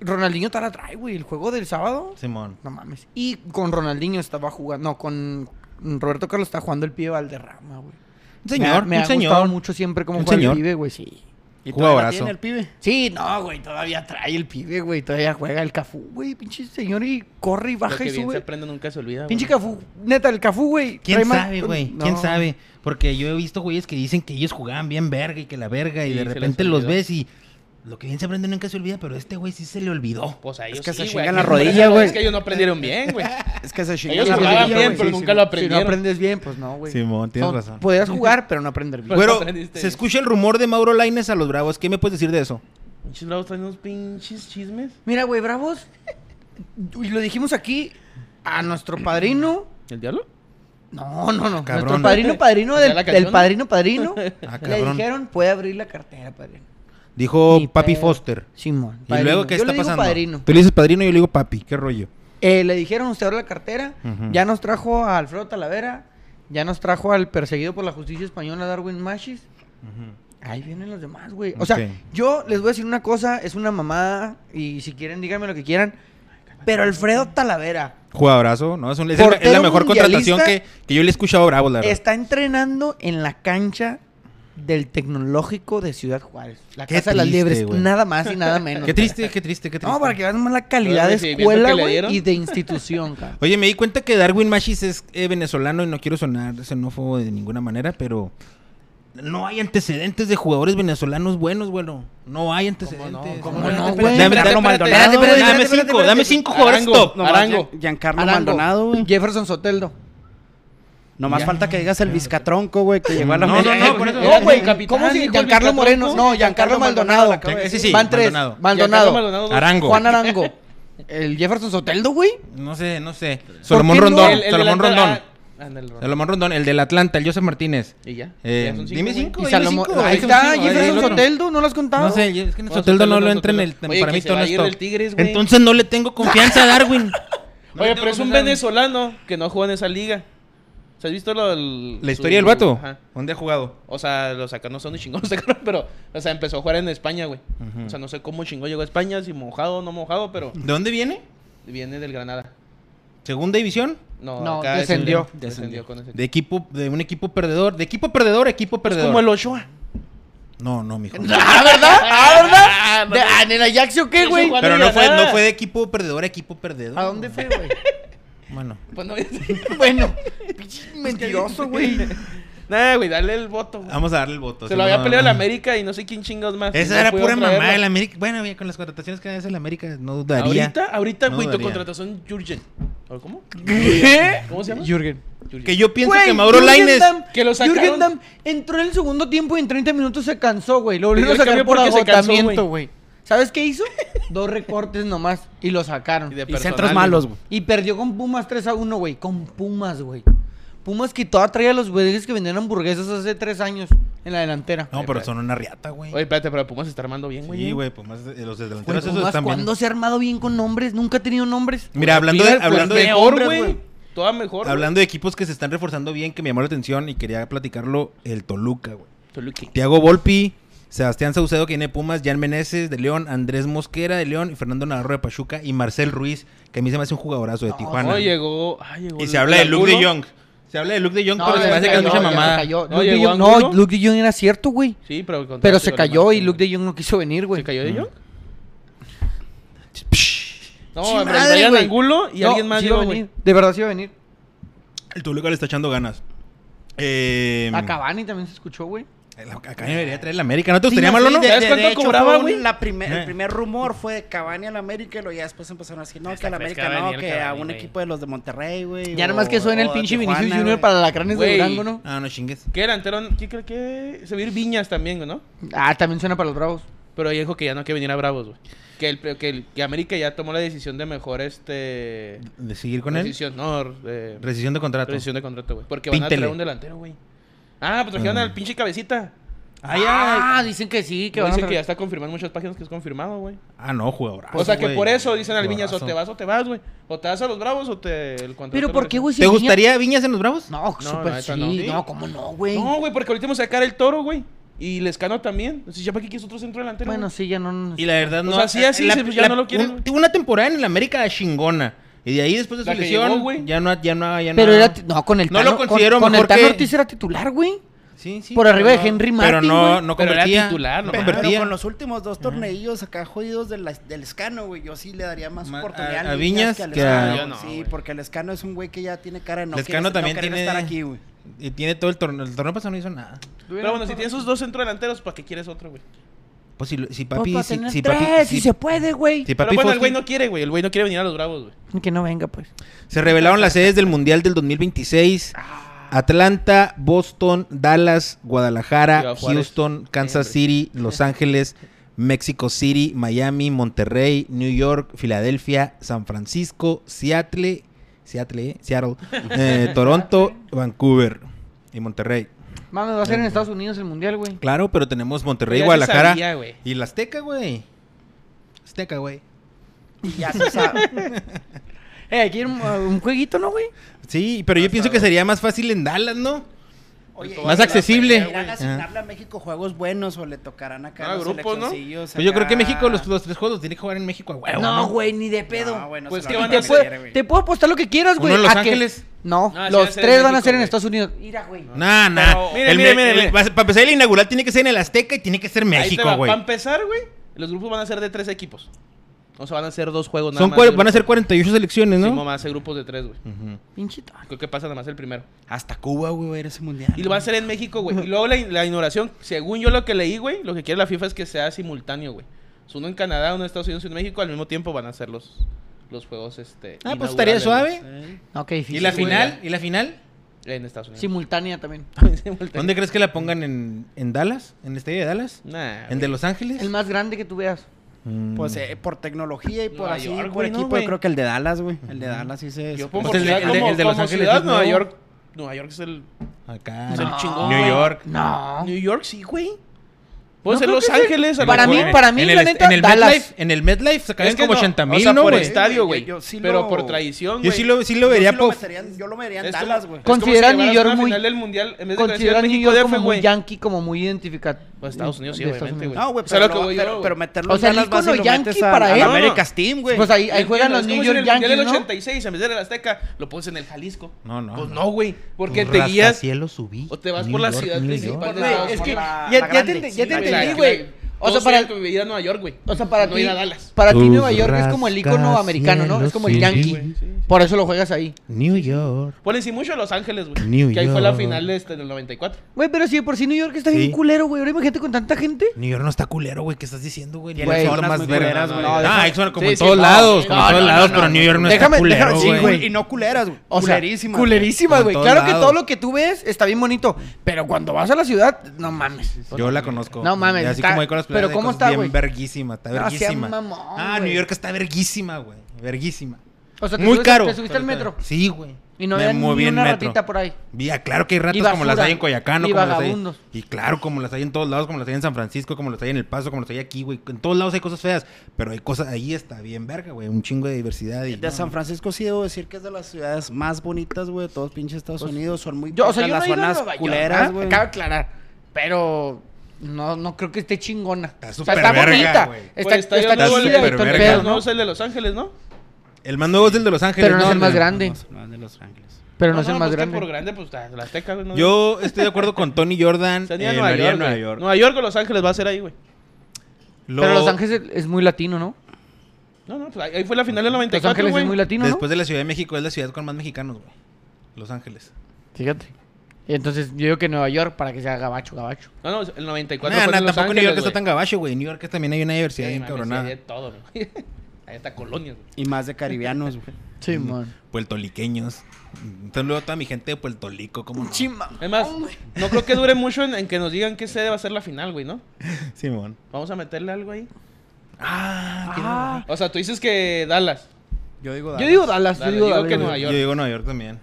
Ronaldinho te la trae, güey. El juego del sábado. Simón. No mames. Y con Ronaldinho estaba jugando. No, con Roberto Carlos está jugando el pibe Valderrama, güey. Un señor, me ha, me un ha gustado señor. mucho siempre como Un juega señor. el pibe, güey. Sí. Y Jugadorazo. todavía la tiene el pibe. Sí, no, güey. Todavía trae el pibe, güey. Todavía juega el Cafú, güey. Pinche señor y corre y Lo baja que y bien se sube. aprende nunca se olvida. Pinche güey. Cafú. Neta, el Cafú, güey. ¿Quién trae más- sabe, güey? No. ¿Quién sabe? Porque yo he visto güeyes que dicen que ellos jugaban bien verga y que la verga y Sí, de se les repente los olvidó. ves y lo que bien se aprende nunca se olvida, pero este güey sí se le olvidó. Pues a ellos que se sí, güey. chingan la Por eso rodilla, no- güey. Es que ellos no aprendieron bien, güey. Es que se chingó. Ellos Sí, jugaban sí, bien, güey, pero sí, nunca sí. lo Si no aprendieron. aprendes bien, pues no, güey. Simón, tienes No, razón. Podías jugar, pero no aprender bien. Pues no Güero, aprendiste se bien. escucha el rumor de Mauro Laines a los Bravos. ¿Qué me puedes decir de eso? Pinches bravos traen unos pinches chismes. Mira, güey, Bravos. Y lo dijimos aquí a nuestro padrino. ¿El diablo? No, no, no. Cabrón. Nuestro padrino, padrino ¿Ya del, la canción? del padrino, padrino. Ah, le cabrón. dijeron, puede abrir la cartera, padrino. Dijo Ni Papi pedo. Foster. Simón. ¿Y padrino. luego qué Yo está le digo pasando? padrino. Tú le dices padrino y yo le digo papi. ¿Qué rollo? Eh, le dijeron, usted abre la cartera. Ujú. Ya nos trajo a Alfredo Talavera. Ya nos trajo al perseguido por la justicia española, Darwin Machis. Ahí vienen los demás, güey. O sea, Ok. yo les voy a decir una cosa, es una mamada. Y si quieren, díganme lo que quieran. Pero Alfredo Talavera Jugadorazo, ¿no? Es, un- es el- es la Portero mejor mundialista. contratación que, que yo le he escuchado a Bravos, la verdad. está entrenando en la cancha del tecnológico de Ciudad Juárez. La Qué Casa de las triste, Liebres. güey. Nada más y nada menos. Qué triste, qué triste, qué triste. No, para que veas más la calidad Luego el de recibimiento escuela que le güey, dieron. y de institución, cabrón. Oye, me di cuenta que Darwin Machis es eh, venezolano y no quiero sonar xenófobo de ninguna manera, pero no hay antecedentes de jugadores venezolanos buenos, bueno. No hay antecedentes. ¿Cómo no, Espérate, güey? Dame, Espérate, dame- espérate, dame- Eh, espérate, dame cinco, espérate, espérate, dame espérate. cinco jugadores Arango. top. Nomás Arango. Gian- Giancarlo Arango, Maldonado, güey. Jefferson Soteldo. Nomás falta que digas el Vizcatronco, güey, que llegó a la No, no, Eh, no, por eso- No, güey, capitán, ¿cómo se dijo el Giancarlo Vizcatronco. Moreno? No, Giancarlo Giancarlo Maldonado. Maldonado, acaba de Sí, sí, Van tres. Maldonado. Giancarlo Maldonado. Maldonado. Arango. Juan Arango. El Jefferson Soteldo, güey. No sé, no sé. Solomón qué no? Rondón, El- el Solomón delantal- Rondón. ah, ándale, Rondón. Salomón Rondón, el del Atlanta, el José Martínez. Y ya. Eh, Ya son cinco, dime güey. cinco, Y dime Salomón. cinco. Ahí son está, cinco, ahí Jefferson el otro. Soteldo, ¿no lo has contado. No sé, yo- es que en No, Soteldo no lo Soteldo no, entra en el. Soteldo. Oye, para que mí se todo va no a es ir del top. Tigres, güey. Entonces no le tengo confianza a Darwin. No le tengo Oye, pero es un confianza a Darwin. venezolano que no juega en esa liga. ¿Se has visto lo, el- La su- historia del vato. Ajá. ¿Dónde ha jugado? O sea, lo sacaron, no sé dónde chingón lo sacaron, este pero, o sea, empezó a jugar en España, güey. Ujú. O sea, no sé cómo chingón llegó a España, si mojado o no mojado, pero ¿De dónde viene? viene del Granada. ¿Segunda división? No, No, acá es- descendió. Descendió con ese De equipo, de un equipo perdedor. De equipo perdedor, equipo Es perdedor. como el Ochoa. No, no, mijo. Ah, ¿verdad? Ah, ¿verdad? De- Ah, ¿En el Ajax o qué, Sí, güey? Juan- Pero no fue, Granada. no fue de equipo perdedor, equipo perdedor. ¿A dónde fue, güey? Bueno. Pues no, Bueno, pinche mentiroso, güey. Nada, güey, dale el voto. güey. Vamos a darle el voto. Se si lo no, había no, peleado el no. América y no sé quién chingados más. Y Esa no era pudieron pura mamá traerlo. el América. Bueno, bien, con las contrataciones que hace el América, no dudaría. Ahorita, ahorita, No güey, tu daría. contratación Jurgen. ¿O ¿Cómo? ¿Qué? ¿Cómo se llama? Jürgen. Jürgen. Que yo pienso Güey, que Mauro Jürgen Laines. Damm- que lo sacaron. Jürgen Damm entró en el segundo tiempo y en 30 minutos se cansó, güey. Lo Le dio volvieron a el sacar cambio por porque se cansó, agotamiento, güey. ¿Sabes qué hizo? Dos recortes nomás y lo sacaron. Y Y, de Y personal, centros güey. malos, güey. perdió con Pumas 3 a 1, güey. Con Pumas, güey. Pumas que todavía traía a los güeyes que vendían hamburguesas hace tres años en la delantera. No, pero son una riata, güey. Oye, espérate, pero Pumas se está armando bien, güey. Sí, ¿no? güey, pues más de- los Güey, delanteros esos Pumas, están bien. ¿Cuándo se ha armado bien con nombres? Nunca ha tenido nombres. Mira, hablando de, Mira, pues, hablando de mejor, hombres, güey. Toda mejor. güey. Hablando de equipos que se están reforzando bien, que me llamó la atención y quería platicarlo, el Toluca, güey. Toluca. Tiago Volpi, Sebastián Saucedo, que viene de Pumas, Jan Meneses de León, Andrés Mosquera de León, y Fernando Navarro de Pachuca y Marcel Ruiz, que a mí se me hace un jugadorazo de Tijuana. No, llegó. ah, llegó y el- se habla el de Luke de Angulo. Jong. Se habla de Luke de Jong, No, pero se ya me hace que es cayó, mucha ya mamá. se cayó. No, Luke de llegó Jong- Angulo. no, Luke de Jong era cierto, güey. Sí, pero, el contrato Pero se igual es cayó más y que- Luke de Jong no quiso venir, güey. ¿Se cayó de Jong? No, Mm. Sí, pero madre, Brian güey. Angulo y No, alguien más sí iba llegó, a güey. venir. De verdad sí iba a venir. El Toluca le está echando ganas. Eh, Em. A Cavani también se escuchó, güey. la- Acá me debería traer la América. ¿No te gustaría, Sí, malo, sí, no? de- ¿Sabes de- cuánto de hecho, cobraba, fue un- güey? la primer- Eh. El primer rumor fue de Cavani al América y luego ya después empezaron a decir, no, que al pues, América Cavani no, al que a Cavani, un güey. equipo de los de Monterrey, güey. Ya o- nomás que suena el o pinche Tijuana, Vinicius Junior güey. para Lacranes de Güey. Durango, ¿no? Ah, no chingues. ¿Qué delantero? ¿Qué creo que? Se vio Viñas también, ¿no? Ah, también suena para los Bravos. Pero ella dijo que ya no quiere venir a Bravos, güey. Que, el, que, el, que América ya tomó la decisión de mejor este... ¿De seguir con él? Decisión, no, de... Rescisión de contrato. Rescisión de contrato, güey. Porque van a Píntele. traer un delantero, güey. Ah, pues trajeron Ah. al pinche cabecita. Ah, dicen que sí, que van a Dicen que ya traer- está confirmado en muchas páginas que es confirmado, güey. Ah, no, jugadorazo. o sea que güey. por eso dicen al Viñas, o Jugadorazo. te vas o te vas, güey. O te vas a los Bravos o te... El contrato Pero lo ¿por qué, regresa. güey? si ¿Te Viña- gustaría Viñas en los Bravos? No, No, súper la neta, sí. no. No, ¿cómo no, güey? No, güey, porque ahorita vamos a sacar el toro, güey. Y Lescano también. Entonces, ¿ya para qué quieres otro centro delantero? Bueno, güey? sí, ya no. Y la verdad no. sea, sí, así, la- sí, pues ya la- no lo quieren, un- güey. tuvo una temporada en el América chingona. Y de ahí después de su La que lesión, llegó, güey. ya no, ya no, ya no. Pero era. ti- No, con el No lo Tano- con- considero Con el mejor Tano que- Ortiz era titular, güey. Sí, sí, por pero arriba de no- Henry Pero Martin, no, güey. no Pero era convertía. titular, no nomás. convertía. Pero con los últimos dos torneillos acá jodidos del, del escano, güey. Yo sí le daría más Ma- oportunidad a- a Viñas al que a- Escano, Yo no, sí, güey. porque el escano es un güey que ya tiene cara de no Lescano querer- también no querer tiene- estar aquí, güey. Y tiene todo el torneo. El torneo pasado no hizo nada. Pero bueno, si tienes esos dos centros delanteros, ¿para qué quieres otro, güey? Pues si, si Papi, papi. si, tener si papi. tres, si, si- se puede, güey. si Pero papi bueno, el Fossi- güey no quiere, güey. El güey no quiere venir a los Bravos, güey. Que no venga, pues. Se revelaron las sedes del Mundial del 2026. Ah. Atlanta, Boston, Dallas, Ciudad Guadalajara, Juárez. Houston, Kansas Siempre. City, Los Ángeles, Mexico City, Miami, Monterrey, New York, Filadelfia, San Francisco, Seattle, Seattle, eh, Seattle, eh, Toronto, Vancouver y Monterrey. Mames, va a ser en Estados Unidos el mundial, güey. Claro, pero tenemos Monterrey, Ya se Guadalajara sabía, güey. y la Azteca, güey. Azteca, güey. Y ya se sabe. Eh, aquí hay un, un jueguito, ¿no, güey? Sí, pero Ah, yo pienso que sería más fácil en Dallas, ¿no? Oye, Más ¿y accesible. Irán a asignarle a México juegos buenos o le tocarán acá Ah, los grupos, ¿no? seleccioncillos Pues yo Ah. creo que acá? México los, los tres juegos los tiene que jugar en México a huevo. No, güey, ni de pedo. No, güey, no Pues se que lo van van a a hacer, hacer, güey. Te puedo apostar lo que quieras, Uno güey. en Los a que- Ángeles. No, No, sí va a los ser en tres van a México, ser en güey. Estados Unidos. Mira, güey. Nah, nah. Mire, El mire, me- mire, el- mire. vas- Para empezar, el inaugural tiene que ser en el Azteca y tiene que ser México, güey. Para empezar, güey, los grupos van a ser de tres equipos. O sea, van a ser dos juegos nada Son más. cuar- van a ser 48 selecciones, ¿no? ¿no? van a ser grupos de tres, güey. Ujú. Pinchito. Creo que pasa nada más el primero. Hasta Cuba, güey, va a ir a ese mundial. Y lo van a hacer en México, güey. Y luego la, la inauguración, según yo lo que leí, güey, lo que quiere la FIFA es que sea simultáneo, güey. Es uno en Canadá, uno en Estados Unidos y uno en México. Al mismo tiempo van a ser los, los juegos, este. Ah, pues inaugurales, estaría suave. No, qué difícil. ¿Y la güey. final? ¿Y la final? güey, En Estados Unidos. Simultánea también. ¿Dónde crees que la pongan en, en Dallas? ¿En el estadio de Dallas? Nah, ¿En de Los Ángeles? El más grande que tú veas. Mm. Pues eh, por tecnología y por Nueva así, York, por güey, ¿no, equipo, güey? yo creo que el de Dallas, güey. El de Dallas sí se... Yo se- pongo Pues el de- ciudad el de- como- el de Los como Ángeles ciudad, es Nueva nuevo. York. Nueva York es el. Acá. Es el chingón, New güey. York. No. New York, sí, güey. No Puede ser creo Los que sea- Ángeles. a lo Para mí, mejor. para mí, en la el, neta, en el Dallas. MetLife, en el MetLife se caen Es que como no, 80 mil, o sea, ¿no, por güey? estadio, güey. Yo- yo sí pero lo- por tradición, Yo güey. sí lo, sí lo Yo vería sí lo por- metería en- yo lo metería en Es como- Dallas, güey. Es como Considera si New llevaras York una muy- final del mundial en vez de que la Considera a Ciudad de New México York DF, como muy güey. yankee, como muy identificado. Pues Estados Unidos, sí, De Estados obviamente, Unidos. güey. No, güey, O sea, pero, lo lo que va- voy yo, pero, güey. pero meterlo O sea, en el Dallas vas y ícono lo metes yankee al- para al él. America's Team, güey. Pues ahí, ahí Entiendo, juegan los es New como si York En el Yankees, Mundial del ¿no? 86, en vez de en el Azteca, lo pones en el Jalisco. No, no. Pues no. no, güey. Porque Tus te guías. rascacielos subí. O te vas New por la York, ciudad New principal. York. de Estados Güey, es que Unidos. ya, la ya grande, te, ente- sí, ya te la Para que entendí, la- güey. O sea, todos para- tienen que ir a Nueva York, güey. O sea, para no ti, ir a Dallas. para ti Tus Nueva York es como el icono americano, ¿no? Es como el rascacielos, yankee. sí, güey, Por eso lo juegas ahí. New York. Ponen sí mucho a Los Ángeles, güey. New Que ahí fue la York. final este, del 94. Güey, pero si de por sí New York está Sí. bien culero, güey. Ahora imagínate con tanta gente. New York no está culero, güey. ¿Qué estás diciendo, güey? Tiene Güey, zonas zonas muy vergas, culeras, güey. güey. Ah, hay zonas como Sí, en sí, todos no, lados, sí, como no, en todos no, lados, no, pero no, New York no déjame- está culero, déjame- sí, güey. güey. Y no culeras, güey. O sea, Culerísimas, güey. culerísimas, Por güey. todos Claro que lados. todo lo que tú ves está bien bonito. Pero cuando vas a la ciudad, no mames. Yo la conozco. No mames, Y Así está- como hay con las pero playas, hay ¿cómo cosas está, bien güey? verguísima, está No seas verguísima. mamón, ah, güey. New York está verguísima, güey. Verguísima. O sea, te Muy subes- caro. Te subiste al metro. Sí, güey. Y no Me había ni moví en una metro. ratita por ahí. Vía, claro que hay ratas Y como las basura. hay en Coyacano, Y como las hay. vagabundos. Y claro, como las hay en todos lados, como las hay en San Francisco, como las hay en El Paso, como las hay aquí, güey. En todos lados hay cosas feas, pero hay cosas, ahí está bien verga, güey. Un chingo de diversidad y. De San Francisco sí debo decir que es de las ciudades más bonitas, güey, de todos pinches Estados Unidos. Son muy Pues, Yo, o sea, pocas yo las no he ido a zonas Nueva York, culeras, ¿ah? güey. Cabe aclarar. Pero no, no creo que esté chingona. Está O sea, súper está verga, bonita. güey. Está, Pues, está, estadio nuevo, el- chida y súper todo el verga. pedo, No ¿no? es el de Los Ángeles, ¿no? El más nuevo es el de Los Ángeles. Pero no es el más De- grande. No, de Los Ángeles. Pero no es el pues más que grande. por grande, pues la la Azteca, güey. no- Yo estoy de acuerdo con Tony Jordan. Sería eh, lo Nueva, haría York, en Nueva York. Nueva York o Los Ángeles va a ser ahí, güey. Lo- Pero Los Ángeles es muy latino, ¿no? No, no, pues ahí ahí fue la final del Los 94, Ángeles güey. es muy latino, ¿no? Después de la Ciudad de México es la ciudad con más mexicanos, güey. Los Ángeles. Fíjate. Entonces, yo digo que Nueva York para que sea gabacho, gabacho. No, no, el 94 Nah, fue nah, en Los tampoco New York Ángeles, está tan güey. gabacho, güey. En New York también hay una diversidad Sí, bien mames, cabronada. sí, hay de todo, ¿no? Ahí está colonias, güey. Y más de caribianos, güey. Sí, man. Puertoliqueños. Entonces luego toda mi gente de Puerto Rico, como no? Es más, no creo que dure mucho en, en que nos digan qué sede va a ser la final, güey, ¿no? Simón. Vamos a meterle algo ahí. Ah, tiene razón. O sea, tú dices que Dallas. Yo digo, Yo digo Dallas, yo Dallas, digo digo Dallas. que güey. Nueva York. Yo digo Nueva York también.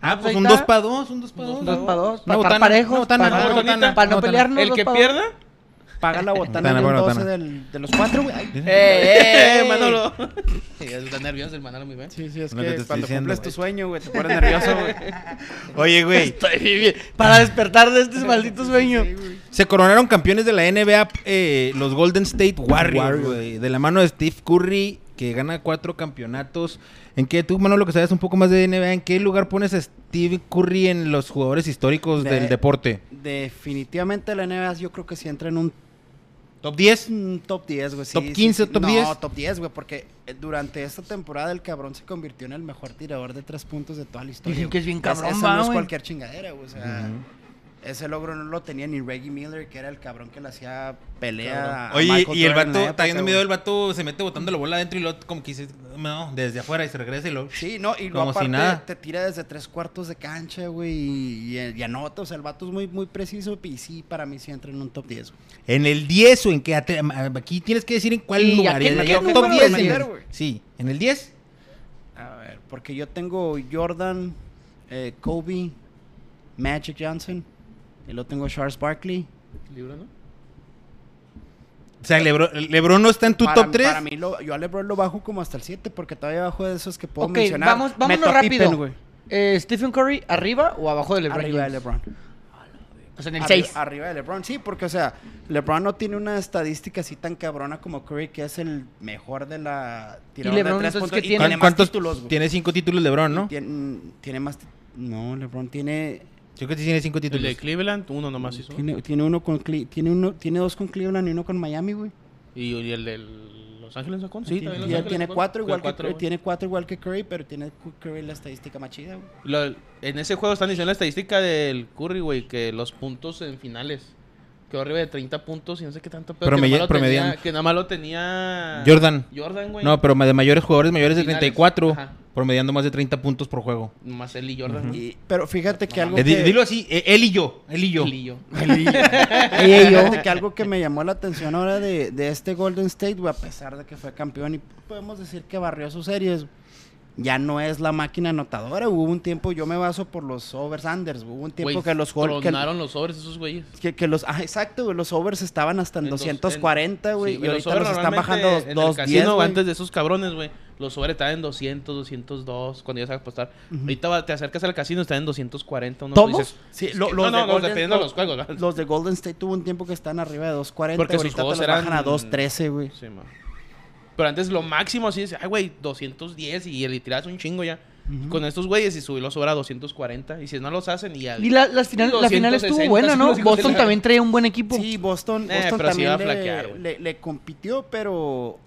Ah, pues pues ahí un está. 2 para 2, un 2 para 2. Dos para dos, Una para estar botana, parejos, una botana, para, una no- botanita. para no Una botanita. pelearnos. El dos que para dos. pierda. paga la botana Botana, de un paga 12 botana. del- de los cuatro, güey. Ay, ¡Eh, Manolo! Está nervioso el Manolo, muy bien. Sí, sí, es No, que te estoy cuando diciendo, cumples güey. tu sueño, güey, te pones nervioso, güey. Oye, güey. Para despertar de este maldito sueño. Se coronaron campeones de la NBA eh, los Golden State Warriors, güey. De la mano de Steve Curry, que gana cuatro campeonatos. ¿En qué tú, Manolo, que sabes un poco más de NBA, en qué lugar pones a Steve Curry en los jugadores históricos De- del deporte? Definitivamente la NBA yo creo que sí entra en un ¿Top 10? mm, top 10, güey. sí, ¿Top sí, 15, sí. top no, 10? top 10, güey, porque eh, durante esta temporada el cabrón se convirtió en el mejor tirador de tres puntos de toda la historia. Dicen güey. que es bien cabrón, esa va, no es güey. cualquier chingadera, güey. O sea, ese logro no lo tenía ni Reggie Miller, que era el cabrón que le hacía pelea. a Oye, Michael y el Jordan en vato, la está viendo época, un video, güey. el vato se mete botando la bola adentro y lo como que dice, no, desde afuera y se regresa y lo... Sí, no, y luego Como si aparte nada. te tira desde tres cuartos de cancha, güey, y, y- y anota. O sea, el vato es muy, muy preciso y sí, para mí sí entra en un top 10. güey. En el 10 o en qué... ate- Aquí tienes que decir en cuál Sí, lugar. ¿a qué- en a el qué número top lo 10. en meter, el- güey? sí, en el 10. A ver, porque yo tengo Jordan, eh, Kobe, Magic Johnson, y luego tengo Charles Barkley. Libro, ¿no? O sea, Lebron, Lebron no está en tu Para- top 3. Para mí, lo- yo a LeBron lo bajo como hasta el 7, porque todavía bajo de esos que puedo Ok, mencionar. vamos, vámonos Meto a rápido. Pippen, güey. Eh, Stephen Curry, ¿arriba o abajo de LeBron? Arriba de James? LeBron. O sea, en el Arri- 6. Arriba de LeBron, sí, porque, o sea, LeBron no tiene una estadística así tan cabrona como Curry, que es el mejor de la tirador de LeBron, tres entonces, puntos qué y tiene? tiene más ¿Cuántos títulos, güey. Tiene cinco títulos LeBron, ¿no? Tiene, tiene más. ti- No, LeBron tiene. Yo creo que sí tiene cinco El títulos. de Cleveland, uno nomás hizo. Tiene, tiene uno con Cle- tiene uno tiene dos con Cleveland y uno con Miami, güey. Y, y el de Los Ángeles sacó. Sí, Y también Los él Ángeles tiene sacó. cuatro igual Cuatro, que güey. tiene cuatro igual que Curry, pero tiene cu- Curry la estadística más chida, güey. Lo- en ese juego están diciendo la estadística del Curry, güey, que los puntos en finales. Quedó arriba de 30 puntos y no sé qué tanto. Pero Promedi- que, nada más lo promedian. tenía, que nada más lo tenía. Jordan. Jordan, güey. No, pero ma- de mayores jugadores mayores de Finales. 34, Ajá. promediando más de 30 puntos por juego. Más él y Jordan. güey. Y- pero fíjate que algo Eh, di- que- Dilo así, eh, él y yo, él y yo. Él y yo. Fíjate que algo que me llamó la atención ahora de, de este Golden State, güey, a pesar de que fue campeón y podemos decir que barrió sus series, ya no es la máquina anotadora. Hubo un tiempo, yo me baso por los overs unders, hubo un tiempo Güey, que los gol- que, Tronaron los sobres esos güeyes. que, que los ah, exacto, güey, los overs estaban hasta en, En dos- 240, güey, Sí, y ahorita sobres los están normalmente bajando a en el 210, casino, güey. antes de esos cabrones, güey. Los sobres estaban en 200, 202 cuando ibas a apostar. Ahorita va- te acercas al casino están en 240. Uno ¿Todos? dices, Sí, es lo- que- los de no, no, no, Golden- dependiendo de lo- los juegos. ¿verdad? Los de Golden State tuvo un tiempo que están arriba de 240, Porque sus ahorita te juegos los eran... bajan a 213, güey. Sí, ma. Pero antes lo máximo así decía, ay, güey, 210 y le tiras un chingo ya. Con estos güeyes y subirlo sobre a 240. Y si no los hacen y ya. Y la, las final- la final 260, estuvo buena, ¿no? 260. Boston también trae un buen equipo. Sí, Boston, Eh, Boston pero sí también iba a le, flaquear, güey. le- le compitió, pero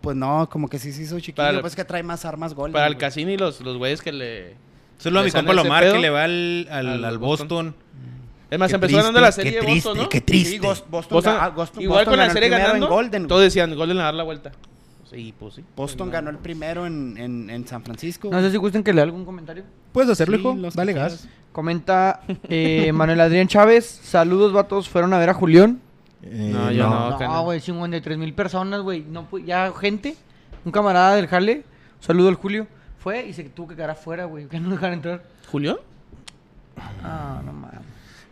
pues no, como que sí se hizo chiquillo, Para el- pues que trae más armas gol. Para el casino y los, los güeyes que le... Solo a mi ¿Les han compa Lomar ese que pedo? le va al, al, Al al Boston. Boston. Es más, Qué empezó ganando triste, la serie qué de triste, Boston, ¿no? qué triste. Sí, Gos- Boston, Boston- ga- ah, Boston- igual Boston con la ganó el serie primero ganando, en Golden, güey. todos decían Golden a dar la vuelta. Sí, pues sí. Boston ganó el primero en, en- en San Francisco. No sé si gustan que lea algún comentario. ¿Puedes hacerlo, Sí, hijo? los que Dale quieras. gas. Comenta eh, Manuel Adrián Chávez. Saludos, vatos. Fueron a ver a Julián. Eh, No, yo no. acá No, güey, 53 mil personas, güey. No, pu- ya gente, un camarada del Jale, saludo al Julio, fue y se tuvo que quedar afuera, güey, que no lo dejaron entrar. ¿Julián? Ah, no mames.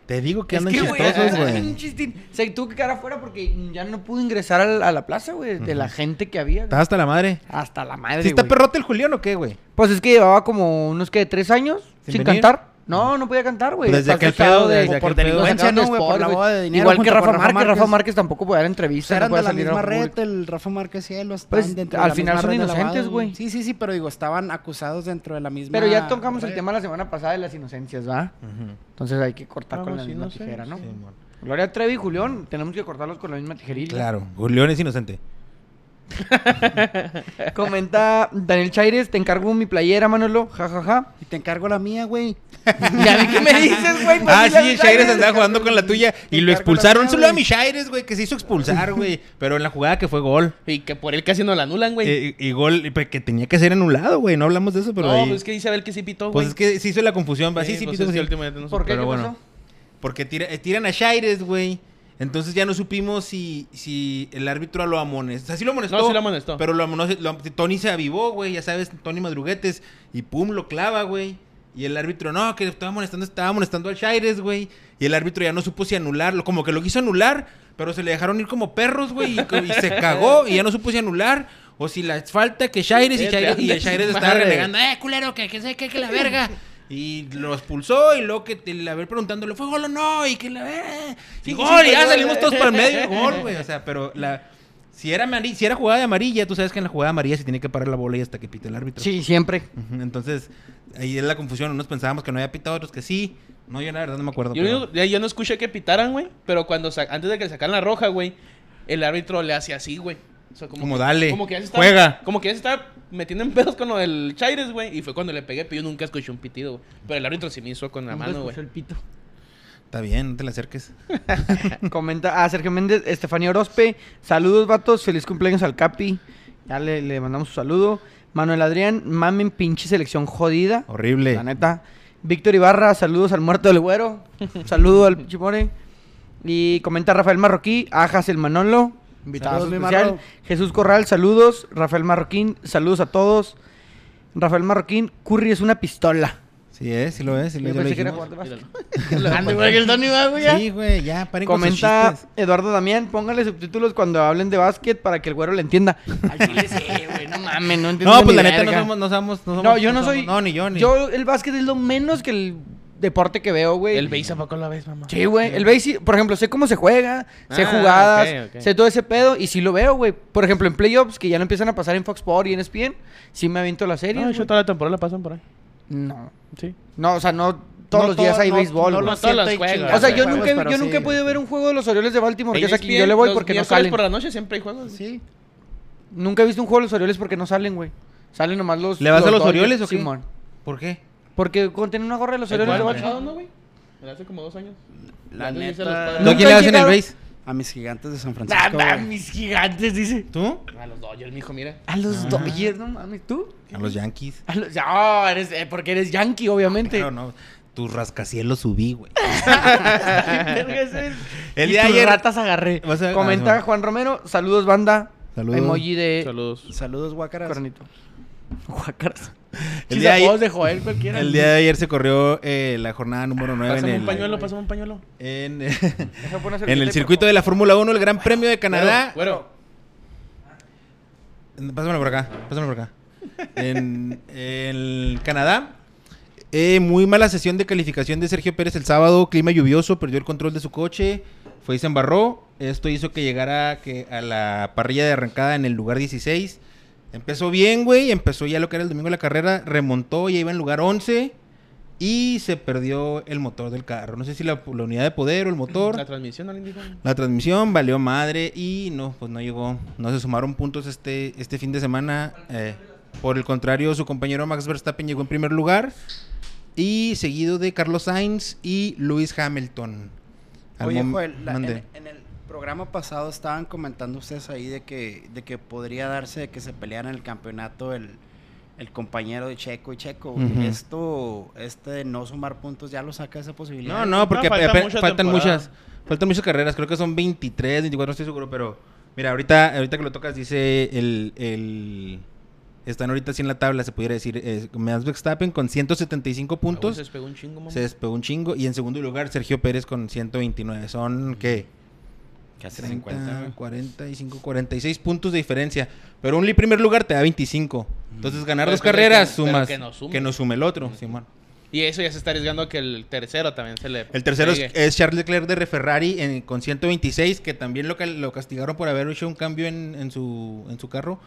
Te digo que Es andan que, güey, chistosos, es un güey. chistín. Se tuvo que quedar afuera porque ya no pudo ingresar al- a la plaza, güey, de la gente que había. Estás hasta la madre. Hasta la madre, ¿Sí está güey. perrote el Julián o qué, güey? Pues es que llevaba como unos que tres años ¿Sin sin, venir? cantar. No, no podía cantar, güey. Desde Está aquel acusado pedo, de- desde por aquel pedo. delincuencia, Bueno, no, por sport, la güey. boda de dinero Igual junto que con Rafa Rafa Márquez. Rafa Márquez. Márquez tampoco podía dar O entrevistas. sea, no eran podía de la salir a misma público. red, el Rafa Márquez y él los Pues, al la final misma son red de lavado, inocentes, güey. Sí, sí, sí, pero digo, estaban acusados dentro de la misma Pero ya tocamos el red. tema la semana pasada de las inocencias, ¿va? Entonces hay que cortar Ah, con pues la sí, misma no sé, tijera, ¿no? Sí, mon. Gloria Trevi y Julián, tenemos que cortarlos con la misma tijerilla. Claro, Julián es inocente. Comenta Daniel Chaires, te encargo mi playera, Manolo. Ja, ja, ja. Y te encargo la mía, güey. Ya vi que me dices, güey. pues Ah, dile al sí, Shaires andaba Chaires. jugando con la tuya y lo Encargo la expulsaron. mía, Solo a güey. mi Shaires, güey, que se hizo expulsar, güey. Pero en la jugada que fue gol. Y que por él casi no la anulan, güey. Eh, y, y gol y, pues, que tenía que ser anulado, güey. No hablamos de eso, pero no, ahí- pues es que dice Abel que sí pitó, güey. Pues es que se hizo la confusión. va, Sí, sí, pues piso, es que sí. últimamente no ¿Por qué? Pero ¿Qué bueno. pasó? Porque tira- eh, tiran a Shaires, güey. Entonces ya no supimos si, si el árbitro lo amonestó. O sea, sí lo amonestó. No, sí lo amonestó. Pero lo amonestó- lo- Tony se avivó, güey. Ya sabes, Tony Madruguetes. Y pum, lo clava, güey. Y el árbitro, no, que estaba amonestando, estaba amonestando al Shaires, güey. Y el árbitro ya no supo si anularlo. Como que lo quiso anular, pero se le dejaron ir como perros, güey. Y, y se cagó y ya no supo si anular. O si la falta que Shaires y, Vete Shaires, y a el Shaires la estaba madre. renegando. ¡Eh, culero! Que, que, sé que, que la verga. Y lo expulsó y luego que te- la ver preguntándole, ¿fue gol o no? Y que la verga. y Sí, sí, gol, y fue ya gol, salimos eh. todos para el medio. Gol, güey. O sea, pero la. Si era, amari- si era jugada de amarilla, tú sabes que en la jugada de amarilla se tiene que parar la bola y hasta que pite el árbitro. Sí, siempre. Ujú, Entonces, ahí es la confusión. Unos pensábamos que no había pitado, otros que sí. No, yo la verdad no me acuerdo. Yo, pero- no- ya- yo no escuché que pitaran, güey. Pero cuando sa- antes de que le sacaran la roja, güey, el árbitro le hace así, güey. O sea, Como que- dale, Como que ya se estaba, juega. Como que ya se estaba metiendo en pedos con lo del Chaires, güey. Y fue cuando le pegué, pero yo nunca escuché un pitido, güey. Pero el árbitro sí me hizo con la Nunca mano, güey. escuchó el pito. Está bien, no te le acerques. Comenta a Sergio Méndez, Estefanía Orozpe, saludos vatos, feliz cumpleaños al Capi. Ya le, le mandamos su saludo. Manuel Adrián, mamen pinche selección jodida. Horrible. La neta. Víctor Ibarra, saludos al muerto del güero. Saludo al Chimore. Y comenta Rafael Marroquí, Ajas el Manolo. Invitado Saludos, mi especial. Manolo. Jesús Corral, saludos. Rafael Marroquín, saludos a todos. Rafael Marroquín, Curry es una pistola. Sí es, sí lo es. Sí lo, Yo ya lo pensé que era dijimos. jugador de básquet. Ande, güey, que el Tony va, güey. ya. Sí, güey, ya, paren con Comenta sus chistes. Eduardo Damián, póngale subtítulos cuando hablen de básquet para que el güero le entienda. no mames, no entiendo. No, pues la ni neta no verga. somos, no somos, no somos. No, yo no somos- soy. No, ni yo, ni Yo, el básquet es lo menos que el deporte que veo, güey. El Beisa apagó la vez, mamá. Sí, güey. El béis, sí, por ejemplo, sé cómo se juega, sé Ah, jugadas, ok, ok. sé todo ese pedo y sí lo veo, güey. Por ejemplo, en playoffs, que ya lo empiezan a pasar en Fox Sports y en E ESPN, sí me aviento la serie. No, yo toda la temporada la pasan por ahí. No. Sí. No, o sea, no todos No los días todo- hay no- béisbol, no güey. lo- los todos los siento y juegos, chingas O sea, Ah, de yo juegos, nunca, pero yo sí. nunca he podido ver un juego de los Orioles de Baltimore, que En es E aquí. ESPN, Yo le voy los porque no miércoles salen. por la noche siempre hay juegos. Sí. Sí. Nunca he visto un juego de los Orioles porque no salen, güey. Salen nomás los. ¿Le vas a los Dodgers, Orioles o qué? Simón. ¿Por qué? Porque con tener una gorra de los Orioles de ¿Cuándo, Baltimore. no, güey? Era Hace como dos años. La Cuando hice neta- los ¿Tú a Nunca padres- quién le he vas en el llegado- base? A mis gigantes de San Ah, Francisco. va, güey. mis gigantes, dice. ¿Tú? A los Dodgers, mijo, mira. A los Dodgers, no mames. ¿Tú? A los Yankees. A los- Ah, eres, eh, porque eres yankee, obviamente. Claro, no. Tus rascacielos subí, güey. El El y día tus de ayer- ratas agarré. Vas a- Comenta ah, sí, Juan Romero. Saludos, banda. Saludos. Emoji de Saludos. Saludos, guácaras. cornito. Guácaras. El Chis día, de apodos ayer, de Joel cualquiera. el día de ayer se corrió eh, la jornada número 9 en Pásame un el, pañuelo, pásame un pañuelo. en, en Deja poner servilleta, el por circuito favor. de la Fórmula 1, el Gran Premio de Canadá. Bueno, Pásamelo por acá, pásamelo por acá. En, en Canadá, eh, muy mala sesión de calificación de Sergio Pérez el sábado, clima lluvioso, perdió el control de su coche, fue y se embarró. Esto hizo que llegara que a la parrilla de arrancada en el lugar 16. Empezó bien, güey, empezó ya lo que era el domingo de la carrera, remontó, ya iba en lugar 11 y se perdió el motor del carro. No sé si la, la unidad de poder o el motor. La transmisión, alguien dijo. La transmisión valió madre y no, pues no llegó. No se sumaron puntos este, este fin de semana. eh, por el contrario, su compañero Max Verstappen llegó en primer lugar. Y seguido de Carlos Sainz y Lewis Hamilton. Al Oye, mom- Joel, la- mande. en, en el programa pasado estaban comentando ustedes ahí de que, de que podría darse de que se peleara en el campeonato el, el compañero de Checo y Checo. güey. Ujú. Esto, este de no sumar puntos, ya lo saca esa posibilidad. No, no, porque No, faltan ape- muchas faltan temporadas. muchas. Faltan muchas carreras, creo que son 23, 24, no estoy seguro, pero mira, ahorita, ahorita que lo tocas, dice el, el- Están ahorita así en la tabla, se pudiera decir. eh, Max Verstappen con 175 puntos. Se despegó un chingo, mamá. Se despegó un chingo. Y en segundo lugar, Sergio Pérez con 129. Son, ¿qué? Casi 30, 50, güey. 45, 46 puntos de diferencia. Pero un li- primer lugar te da 25. Entonces, ganar Mm. Pero dos que- pero carreras que- pero sumas. que no sume. Que no sume el otro, Simón. Y eso ya se está arriesgando que el tercero también se le. El tercero es, pegue. es Charles Leclerc de Ferrari en- con 126, que también lo, cal- lo castigaron por haber hecho un cambio en, en su, en su carro.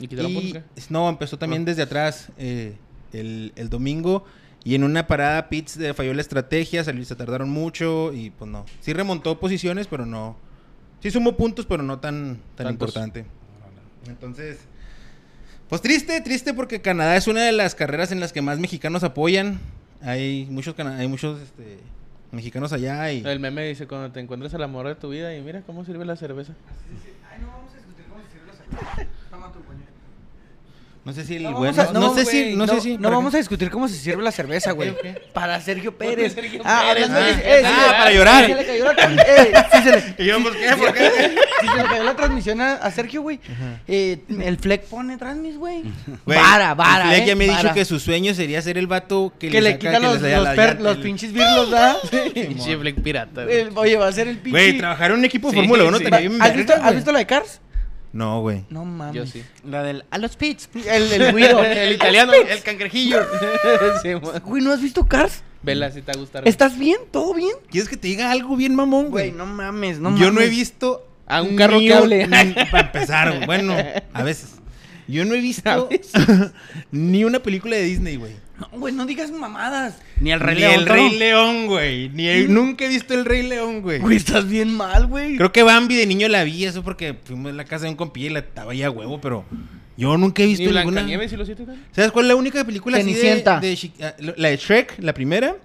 ¿Y quitaron Y- puntos, qué? no, empezó Ah. también desde atrás eh, el, el domingo. Y en una parada, Pitts eh, falló la estrategia, salió- se tardaron mucho y pues no. Sí remontó posiciones, pero no. Sí sumó puntos, pero no tan, tan Tantos. importante. Entonces, pues triste, triste porque Canadá es una de las carreras en las que más mexicanos apoyan. Hay muchos, cana- hay muchos este, mexicanos allá y... El meme dice, cuando te encuentres al amor de tu vida y mira cómo sirve la cerveza. No sé si el No güey- vamos a- No, no sé güey, si... No, sé si... no vamos a discutir cómo se sirve la cerveza, güey. Para Sergio Pérez. Ah, Pérez, hablando ah. de- eh, sí Ah, se le- para llorar. sí se le cayó la trans- eh, sí se le- Y yo, ¿por qué? ¿Por qué? sí se le cayó la transmisión a, a Sergio, güey. Eh, el Fleck pone transmis, güey. Güey, Vara, vara. el Fleck eh, ya me ha vara. dicho que su sueño sería ser el vato que, que le saca- quita que los, les da los, la per- llanta, los el- pinches birlos, ¿verdad? Pinche Black pirata. Eh, güey. El- Oye, va a ser el pinche. Güey, trabajar en un equipo de Sí, Fórmula 1 sí. estaría bien ¿Has visto, verga, ¿Has güey. visto la de Cars? No, güey. No mames. Yo sí. La del a los pits. El, el Guido. El italiano, el cangrejillo. sí, mo- Güey, ¿no has visto Cars? Vela, si te gusta. ¿Estás bien? ¿Todo bien? ¿Quieres que te diga algo bien mamón, güey? Güey, no mames, no mames. Yo no he visto A un carro ni que un- hable. ni- Para empezar, güey. bueno, a veces. Yo no he visto ni una película de Disney, güey. No, güey, no digas mamadas. Ni el Ni Rey León. el todo. Rey León, güey. Ni nunca he visto el Rey León, güey. Güey, estás bien mal, güey. Creo que Bambi de niño la vi, eso porque fuimos a la casa de un compilla y la estaba ya a huevo, pero yo nunca he ¿Y visto Blanca ninguna. Nieves y los siete? ¿Sabes cuál es la única película así de, Cenicienta. de chi- ah, La de Shrek, la primera.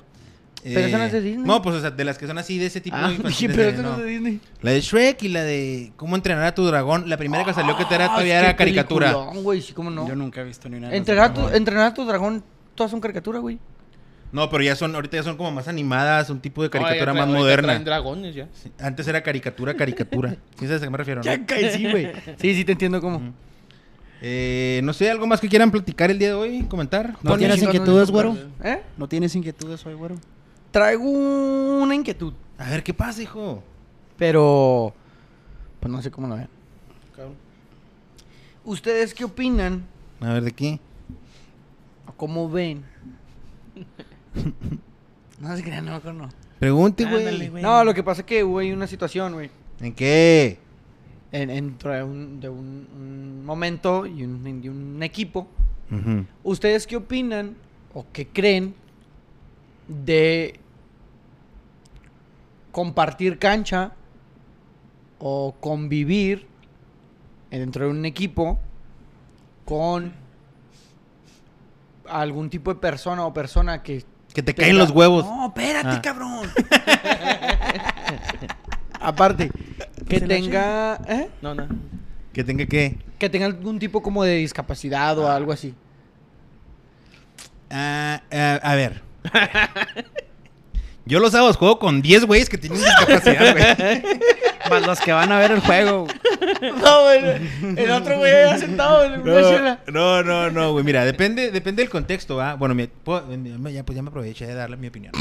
Pero esa no es de Disney. No, pues o sea, de las que son así de ese tipo. Ah, infantiles pero de- eso no es no. de Disney. La de Shrek y la de Cómo entrenar a tu dragón. La primera que salió que te era, Ah, todavía qué era caricatura. peliculón, güey, sí, cómo no. Yo nunca he visto ni una. de las Entrenar a, dos. tu, entrenar a tu dragón, todas son caricatura, güey. No, pero ya son, ahorita ya son como más animadas, un tipo de caricatura más Traen moderna. dragones ya. Sí, Antes era caricatura, caricatura. ¿Sí sabes a qué me refiero? ¿no? Ya cae, sí, güey. Sí, sí, te entiendo cómo. Eh, no sé, algo más que quieran platicar el día de hoy, comentar. ¿No Tony. tienes inquietudes, güero? ¿Eh? ¿No tienes inquietudes hoy, güero? Traigo una inquietud, A ver, ¿qué pasa, hijo? pero. Pues no sé cómo la ven. ¿Ustedes qué opinan A ver, ¿de qué? o cómo ven? No se crean, no, mejor no. Pregunte, Ándale, güey. güey. No, lo que pasa es que hubo ahí una situación, güey. ¿En qué? en- dentro de un, de un- un momento y un, y un equipo. Ujú. ¿Ustedes qué opinan o qué creen de compartir cancha o convivir dentro de un equipo con algún tipo de persona o persona que Que te tenga- caen los huevos. No, espérate, Ah. cabrón. Aparte, que tenga, ¿eh? No, no. Que tenga que. Que tenga algún tipo como de discapacidad o algo así. Ah, ah, a ver. Yo los sábados juego con 10 güeyes que tienen discapacidad, güey. Más los que van a ver el juego. No, güey. El otro güey ha sentado en una chela. No, no, no, güey. Mira, depende, depende del contexto, ¿va? Bueno, mi- puedo- ya, pues ya me aproveché de darle mi opinión.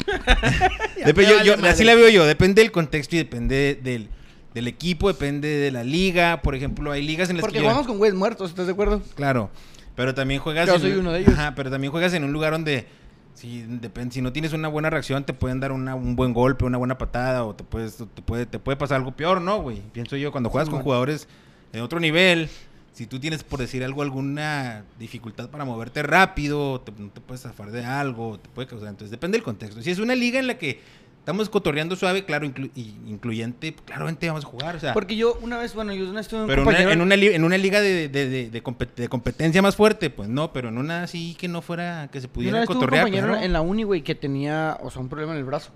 Dep- yo- yo- así la veo yo. Depende del contexto y depende del, del equipo, depende de la liga. Por ejemplo, hay ligas en las Porque que... yo- jugamos con güeyes muertos, ¿estás de acuerdo? Claro. Pero también juegas... Yo en- soy uno de ellos. Ajá, pero también juegas en un lugar donde... Si, depende, si no tienes una buena reacción, te pueden dar una- un buen golpe, una buena patada, o te, puedes, o te, puede, te puede pasar algo peor, ¿no, güey? Pienso yo, cuando juegas con jugadores de otro nivel, si tú tienes, por decir algo, alguna dificultad para moverte rápido, te, no te puedes zafar de algo, te puede causar. Entonces, depende del contexto. Si es una liga en la que estamos cotorreando suave, claro, inclu- y incluyente, pues, claramente vamos a jugar, o sea. Porque yo una vez, bueno, yo una vez estuve un Pero una- compañero. en, una li- en una liga de, de- de- de compet- de competencia más fuerte, pues no, pero en una así que no fuera, que se yo una pudiera vez tuve un cotorrear. pues, compañero claro. en la uni, güey, que tenía, o sea, un problema en el brazo.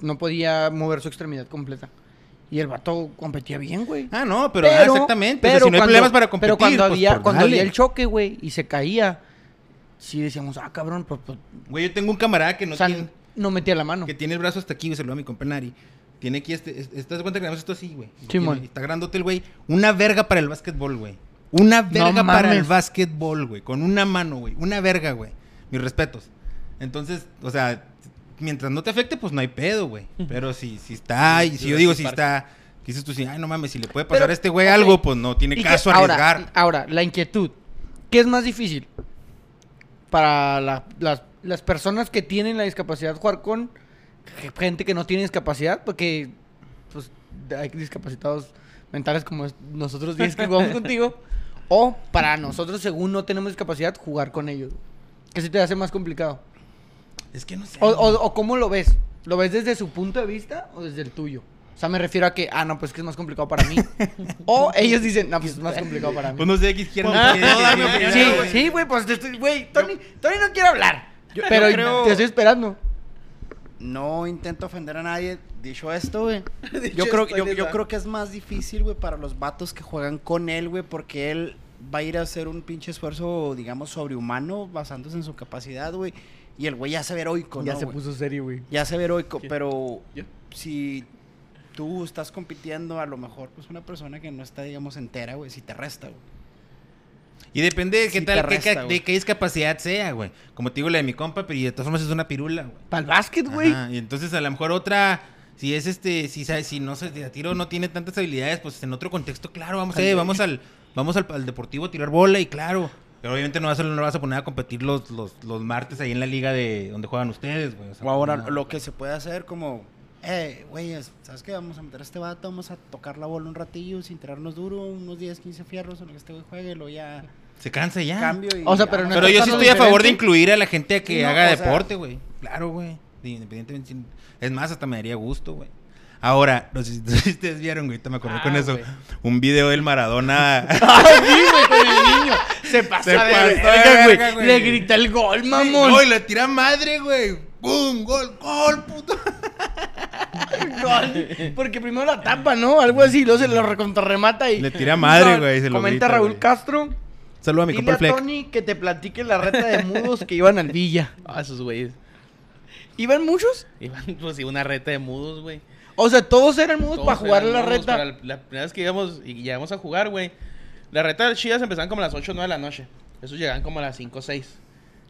No podía mover su extremidad completa. Y el vato competía bien, güey. Ah, no, pero, ah, exactamente. o sea, si no hay problemas para competir. Pero cuando pues, había, por cuando dale. había el choque, güey, y se caía, sí decíamos, ah, cabrón, pues, pues, Güey, yo tengo un camarada que no o sea, tiene, no metía la mano. que tiene el brazo hasta aquí, güey, saluda a mi compa Nari. Tiene aquí este, es- ¿estás de cuenta que tenemos esto así, güey? Lo Simón. tiene, Está grandote el güey. Una verga para el básquetbol, güey. Una verga para el mames. básquetbol, güey. Con una mano, güey. Una verga, güey. Mis respetos. Entonces, o sea, mientras no te afecte, pues no hay pedo, güey. Pero si, si está, y si yo digo si está, que dices tú, si, ay, no mames, si le puede pasar Pero, a este güey ok. algo, pues no tiene Y que- caso arriesgar. Ahora, ahora, la inquietud. ¿Qué es más difícil? Para la- las, las personas que tienen la discapacidad, jugar con gente que no tiene discapacidad, porque pues, hay discapacitados mentales como es- nosotros 10 que jugamos contigo, o para nosotros, según no tenemos discapacidad, jugar con ellos. Que se te hace más complicado. es que no sé. O, o- o cómo lo ves? ¿Lo ves desde su punto de vista o desde el tuyo? O sea, me refiero a que, ah, no, pues que es más complicado para mí. o ellos dicen, no, pues es más complicado para mí. Uno de X quieren. Ah, quieren- no, quieren- dame opinión, Sí, sí, güey, pues te estoy, güey, Tony, Tony no quiere hablar. Yo- pero yo creo- te estoy esperando. No intento ofender a nadie. Dicho esto, güey. Dicho yo, creo, esto, yo, ahí yo está. creo que es más difícil, güey, para los vatos que juegan con él, güey, porque él va a ir a hacer un pinche esfuerzo, digamos, sobrehumano, basándose en su capacidad, güey. Y el güey ya se ve heroico, ya ¿no, se güey? puso serio, güey. Ya se ve heroico, ¿Quién? pero ¿Yo? si tú estás compitiendo, a lo mejor, pues una persona que no está, digamos, entera, güey, si te resta, güey. Y depende de qué Sí te tal, qué resta, ca- güey. de qué discapacidad sea, güey. Como te digo, la de mi compa, pero y de todas formas es una pirula, güey. Para el básquet, güey. Ajá, Y entonces a lo mejor otra, si es este, si sabe- si no se a tiro no tiene tantas habilidades, pues en otro contexto, claro, vamos, eh, vamos al, vamos al, al deportivo a tirar bola y claro. Pero obviamente no vas a, no vas a poner a competir los, los, los martes ahí en la liga de donde juegan ustedes, güey. O sea, O ahora no. lo que se puede hacer como, eh, güeyes, ¿sabes qué? Vamos a meter a este vato, vamos a tocar la bola un ratillo sin tirarnos duro, unos 10, 15 fierros en lo que este güey juegue, lo ya se cansa ya. cambio y... O sea, pero no Pero yo sí estoy a favor de incluir a la gente a que Sí, no, haga o sea- deporte, güey. Claro, güey. Sí, Independientemente. sin- Es más, hasta me daría gusto, güey. Ahora, no sé si no sé si ustedes vieron, güey, ahorita me acordé Ah, con eso. güey. Un video del Maradona. Se pasa Se de pasó de verga, verga, güey. güey. Le grita el gol, mamón. No, y la tira madre, güey. ¡Pum! ¡Gol! ¡Gol, puto! gol. Porque primero la tapa, ¿no? Algo así, luego se lo recontrarremata y. Le tira madre, güey, se lo Comenta grita, Raúl güey. Castro. Saluda a mi Dile compa a el Fleck. Tony que te platique la reta de mudos que iban al Villa. Ah, esos güeyes. ¿Iban muchos? Iban, pues, sí, una reta de mudos, güey. O sea, todos eran mudos Todos para jugar eran la mudos, reta. para la- La primera vez que íbamos y llegamos a jugar, güey. La reta de chidas empezaban como a las 8 o 9 de la noche. Esos llegaban como a las 5 o 6.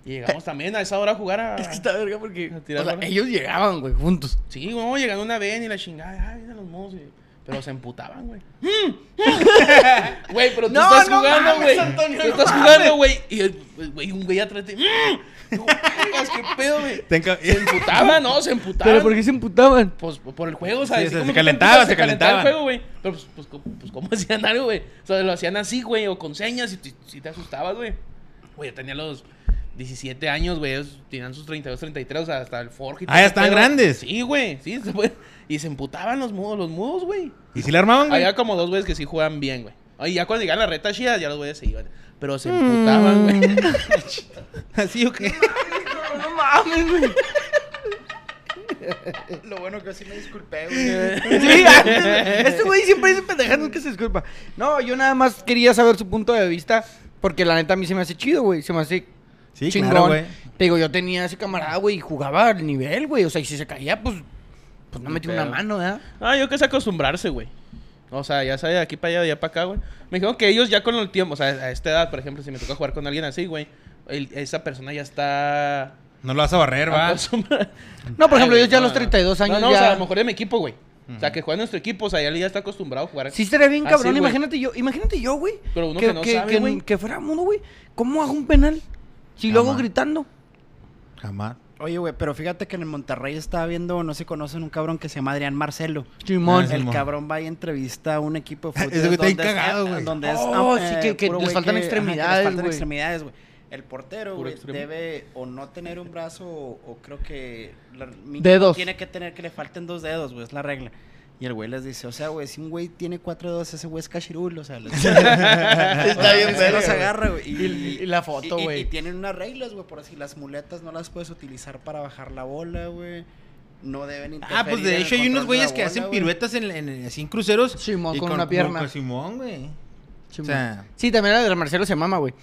Y llegamos también a esa hora a jugar a. Es que está verga porque. A o tirar sea, bola. ellos llegaban, güey, juntos. Sí, no, llegando una vez y la chingada. Ah, vienen los mudos. y- Pero se emputaban, güey. Güey, pero tú No, estás no jugando, mames, güey. Antonio, Tú no estás mames. jugando, güey. Y el- güey, un güey atrás de ti. ¡Mmm! No, vergas, ¿Qué pedo, güey? Ten ca- Se emputaban, no, se emputaban. Pero ¿por qué se emputaban? Pues por el juego, ¿sabes? Sí, Así se- como se que calentaba, puta, se calentaba. el juego, güey. Pero pues, pues, ¿cómo- pues, ¿cómo hacían algo, güey? O sea, lo hacían así, güey, o con señas y te- si te asustabas, güey. Güey, yo tenía los 17 años, güey. Ellos tenían sus 32, 33, o sea, hasta el Forge y Ah, ya ese estaban pedo. grandes. Sí, güey, sí. se fue. Y se emputaban los mudos, los mudos, güey. ¿Y si la armaban, güey? Ah, Había como dos güeyes que sí jugaban bien, güey. Ay, ya cuando llegaban a la reta chida, ya los güeyes se iban. Pero se emputaban, güey. ¿Así o qué? No mames, güey. Lo bueno que sí me disculpé, güey. Sí, antes, güey. este güey siempre dice pendejadas, nunca se disculpa. No, yo nada más quería saber su punto de vista, porque la neta a mí se me hace chido, güey. Se me hace Sí, chingón. claro, güey. Te digo, yo tenía ese camarada, güey, y jugaba al nivel, güey. O sea, y si se caía, pues, pues no Ni metí una pedo. mano, ¿verdad? Ah, yo que sé acostumbrarse, güey. O sea, ya sabes, de aquí para allá, de allá para acá, güey. Me dijeron que ellos ya con el tiempo, o sea, a esta edad, por ejemplo, si me toca jugar con alguien así, güey, el- esa persona ya está. No lo vas a barrer, va. acostumbrada. No, por ejemplo, Ay, ellos ya a no, los 32 años No, no, ya... o sea, a lo mejor de mi equipo, güey. O sea, que juega en nuestro equipo, o sea, ya él ya está acostumbrado a jugar. Sí estaría bien Así, cabrón, güey. imagínate yo, imagínate yo, güey. Pero uno que no sabe, güey. que fuera mudo, güey. ¿Cómo hago un penal? Si lo hago Jamás. gritando. Jamás. Oye, güey, pero fíjate que en el Monterrey estaba viendo, no se conocen, un cabrón que se llama Adrián Marcelo. Simón. Ah, sí. El Simón. Ah, cabrón va y entrevista a un equipo de fútbol. Ese güey está bien donde es- cagado, güey. Donde es, Oh, ah, sí, eh, que- que puro les güey faltan ajá, que extremidades, les faltan güey. extremidades, güey. El portero, Puro güey, extremo. debe o no tener un brazo o, o creo que... la- mínimo Dedos. Tiene que tener que le falten dos dedos, güey, es la regla. Y el güey les dice, o sea, güey, si un güey tiene cuatro dedos, ese güey es cachirul, o sea... les- Está bien, se verga, los güey. agarra, güey. Y- y la foto, y- y- güey. Y, tienen unas reglas, güey, por así las muletas no las puedes utilizar para bajar la bola, güey. No deben Ah, pues de hecho hay unos güeyes que hacen piruetas piruetas en, en- así en cruceros. Simón, y con una pierna. con Simón, güey. Sí, O sea- sí, también la de Marcelo se mama, güey.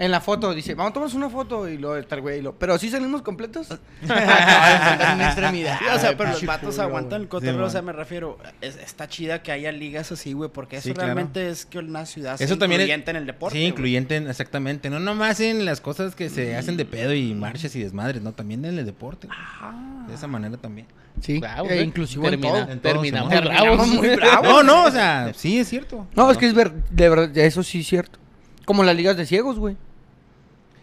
En la foto dice, vamos a tomarnos una foto y luego está el güey y lo, pero sí salimos completos. Faltan una extremidad. Sí, o sea, Ah, güey, pero los pinche vatos culo, aguantan el güey. cotorreo, Sí, o sea, man. me refiero, es- está chida que haya ligas así, güey, porque eso Sí, claro. realmente es que una ciudad sea Eso también es- incluyente en el deporte. Sí, güey. Mm. incluyente, en- exactamente. No nomás en las cosas que se hacen de pedo y marchas y desmadres, no, también en el deporte. güey. Ah. De esa manera también. Sí, Bravo, eh, güey. inclusivo en Termina- todo. En todo, Terminamos Simón. bravos. Terminamos muy No, no, o sea, sí, es cierto. No, es que es ver, de verdad, eso sí es cierto. Como las ligas de ciegos, güey.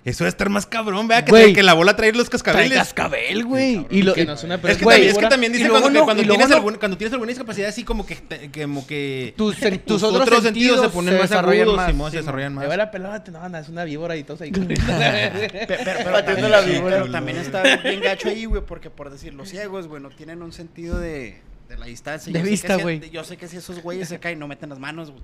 Eso debe estar más cabrón, vea, que, Güey. te- que la bola trae los Trae cascabeles. cascabel, güey. Y y lo, que no es una Es que, persona Güey, también, es que segura. también y dicen luego cuando, que no, cuando y luego tienes no. algún- cuando tienes alguna discapacidad así como que te- como que tus, sen- tus otros, sentidos, se ponen más desarrollan agudos, más. Simón, se desarrollan Le va más. la pelota, no, no, es una víbora y todo ahí. Pe- Pero, pero Batiendo también, la sí, víbora. pero también está bien gacho ahí, güey, porque por decir, los ciegos, güey, no tienen un sentido de, de la distancia. De Yo sé que vista, si- güey. Yo sé que si esos güeyes se caen, no meten las manos, güey.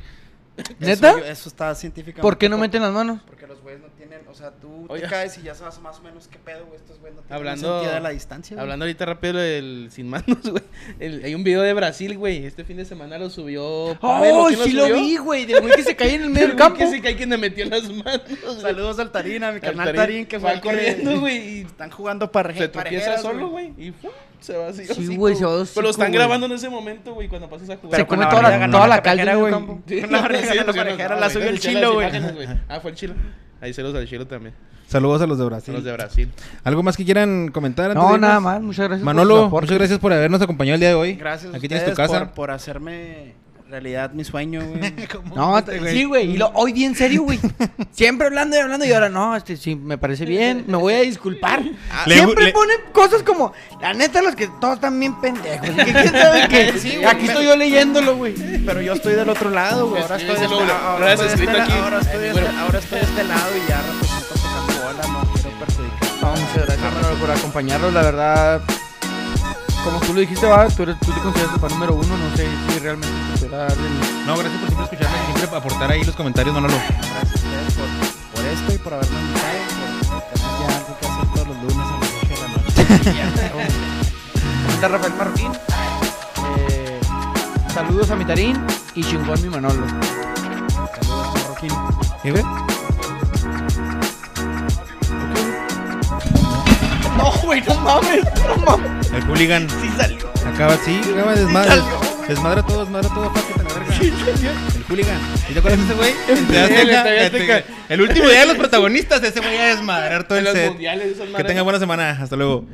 Eso ¿Neta? yo- Eso, está científicamente. ¿Por qué no comprobado. meten las manos? Porque los güeyes no tienen, o sea, tú Oye. te caes y ya sabes más o menos qué pedo, güey, estos güeyes no tienen Hablando- un sentido de la distancia, güey. Hablando ahorita rápido del sin manos, güey. El- Hay un video de Brasil, güey. Este fin de semana lo subió. ¡Oh, Pablo, ¿quién sí lo subió? vi, güey! Del güey que se cae en el medio del El güey campo. Que sí que hay quien le metió las manos. güey. Saludos al Tarín, a mi Al canal Tarín, que fue va el que- Eh, corriendo, güey. Y Están jugando para se tropieza solo, güey. Y ¡fum! se va así. Sí, hocico, güey, se va hocico, Pero lo están güey. grabando en ese momento, güey, cuando pasas a jugar. Se con come la toda la, barriga, toda no, la Ah, la calda, cajera, güey. güey. Sí, Una orejera, sí, la sí, no, orejera, no, la güey, subió el escuché chilo, las güey. imágenes, Ah, fue el chilo. Ahí se los al chilo también. Saludos a los de Brasil. Son los de Brasil. ¿Algo más que quieran comentar? antes de No, irnos? nada más. Muchas gracias. por sus Manolo, aportes. muchas gracias por habernos acompañado el día de hoy. Gracias a Aquí tienes tu ustedes casa. Por, por hacerme realidad mi sueño, güey. No, t- sí, güey. Y lo, hoy bien serio, güey. Siempre hablando y hablando. Y ahora, no, este sí, me parece bien. Me voy a disculpar. le- Siempre le- ponen cosas como, la neta, los que todos están bien pendejos. ¿Qué, quién sabe qué? Aquí estoy yo leyéndolo, güey. Pero yo estoy del otro lado, güey. Ahora estoy de este Escríbeselo, güey. ahora Lo has estoy de escrito este- aquí. ahora estoy de Bueno. este- Ahora estoy de este lado y ya represento tocando bola, no quiero perjudicar. No, muchas gracias, Manolo, por acompañarnos. La verdad, como tú lo dijiste, va, tú, eres- tú te consideras tu fan número uno. No sé si realmente te será el- No, gracias por siempre escucharme y siempre aportar ahí los comentarios, Manolo. Gracias a ustedes por, por esto y por haberme invitado. Por tener ya algo que hacer todos los lunes a las 8 de la noche. Y ya, güey. Está Rafael Marroquín. Eh, saludos a mi Tarín y chingón mi Manolo. Saludos, Marroquín. ¿Y ve? No, güey, no mames, no mames. El hooligan. Sí salió. Acaba, sí, acaba de desmadre. Desmadra todo, desmadra todo, fuck, te la verga. El hooligan. ¿Y te acuerdas de ese güey? En TV Sí, en Azteca, TV en Azteca. TV. El último día de los protagonistas, ese güey a desmadrar todo En el los set. mundiales, esas Que madres. tengan buena semana. Hasta luego.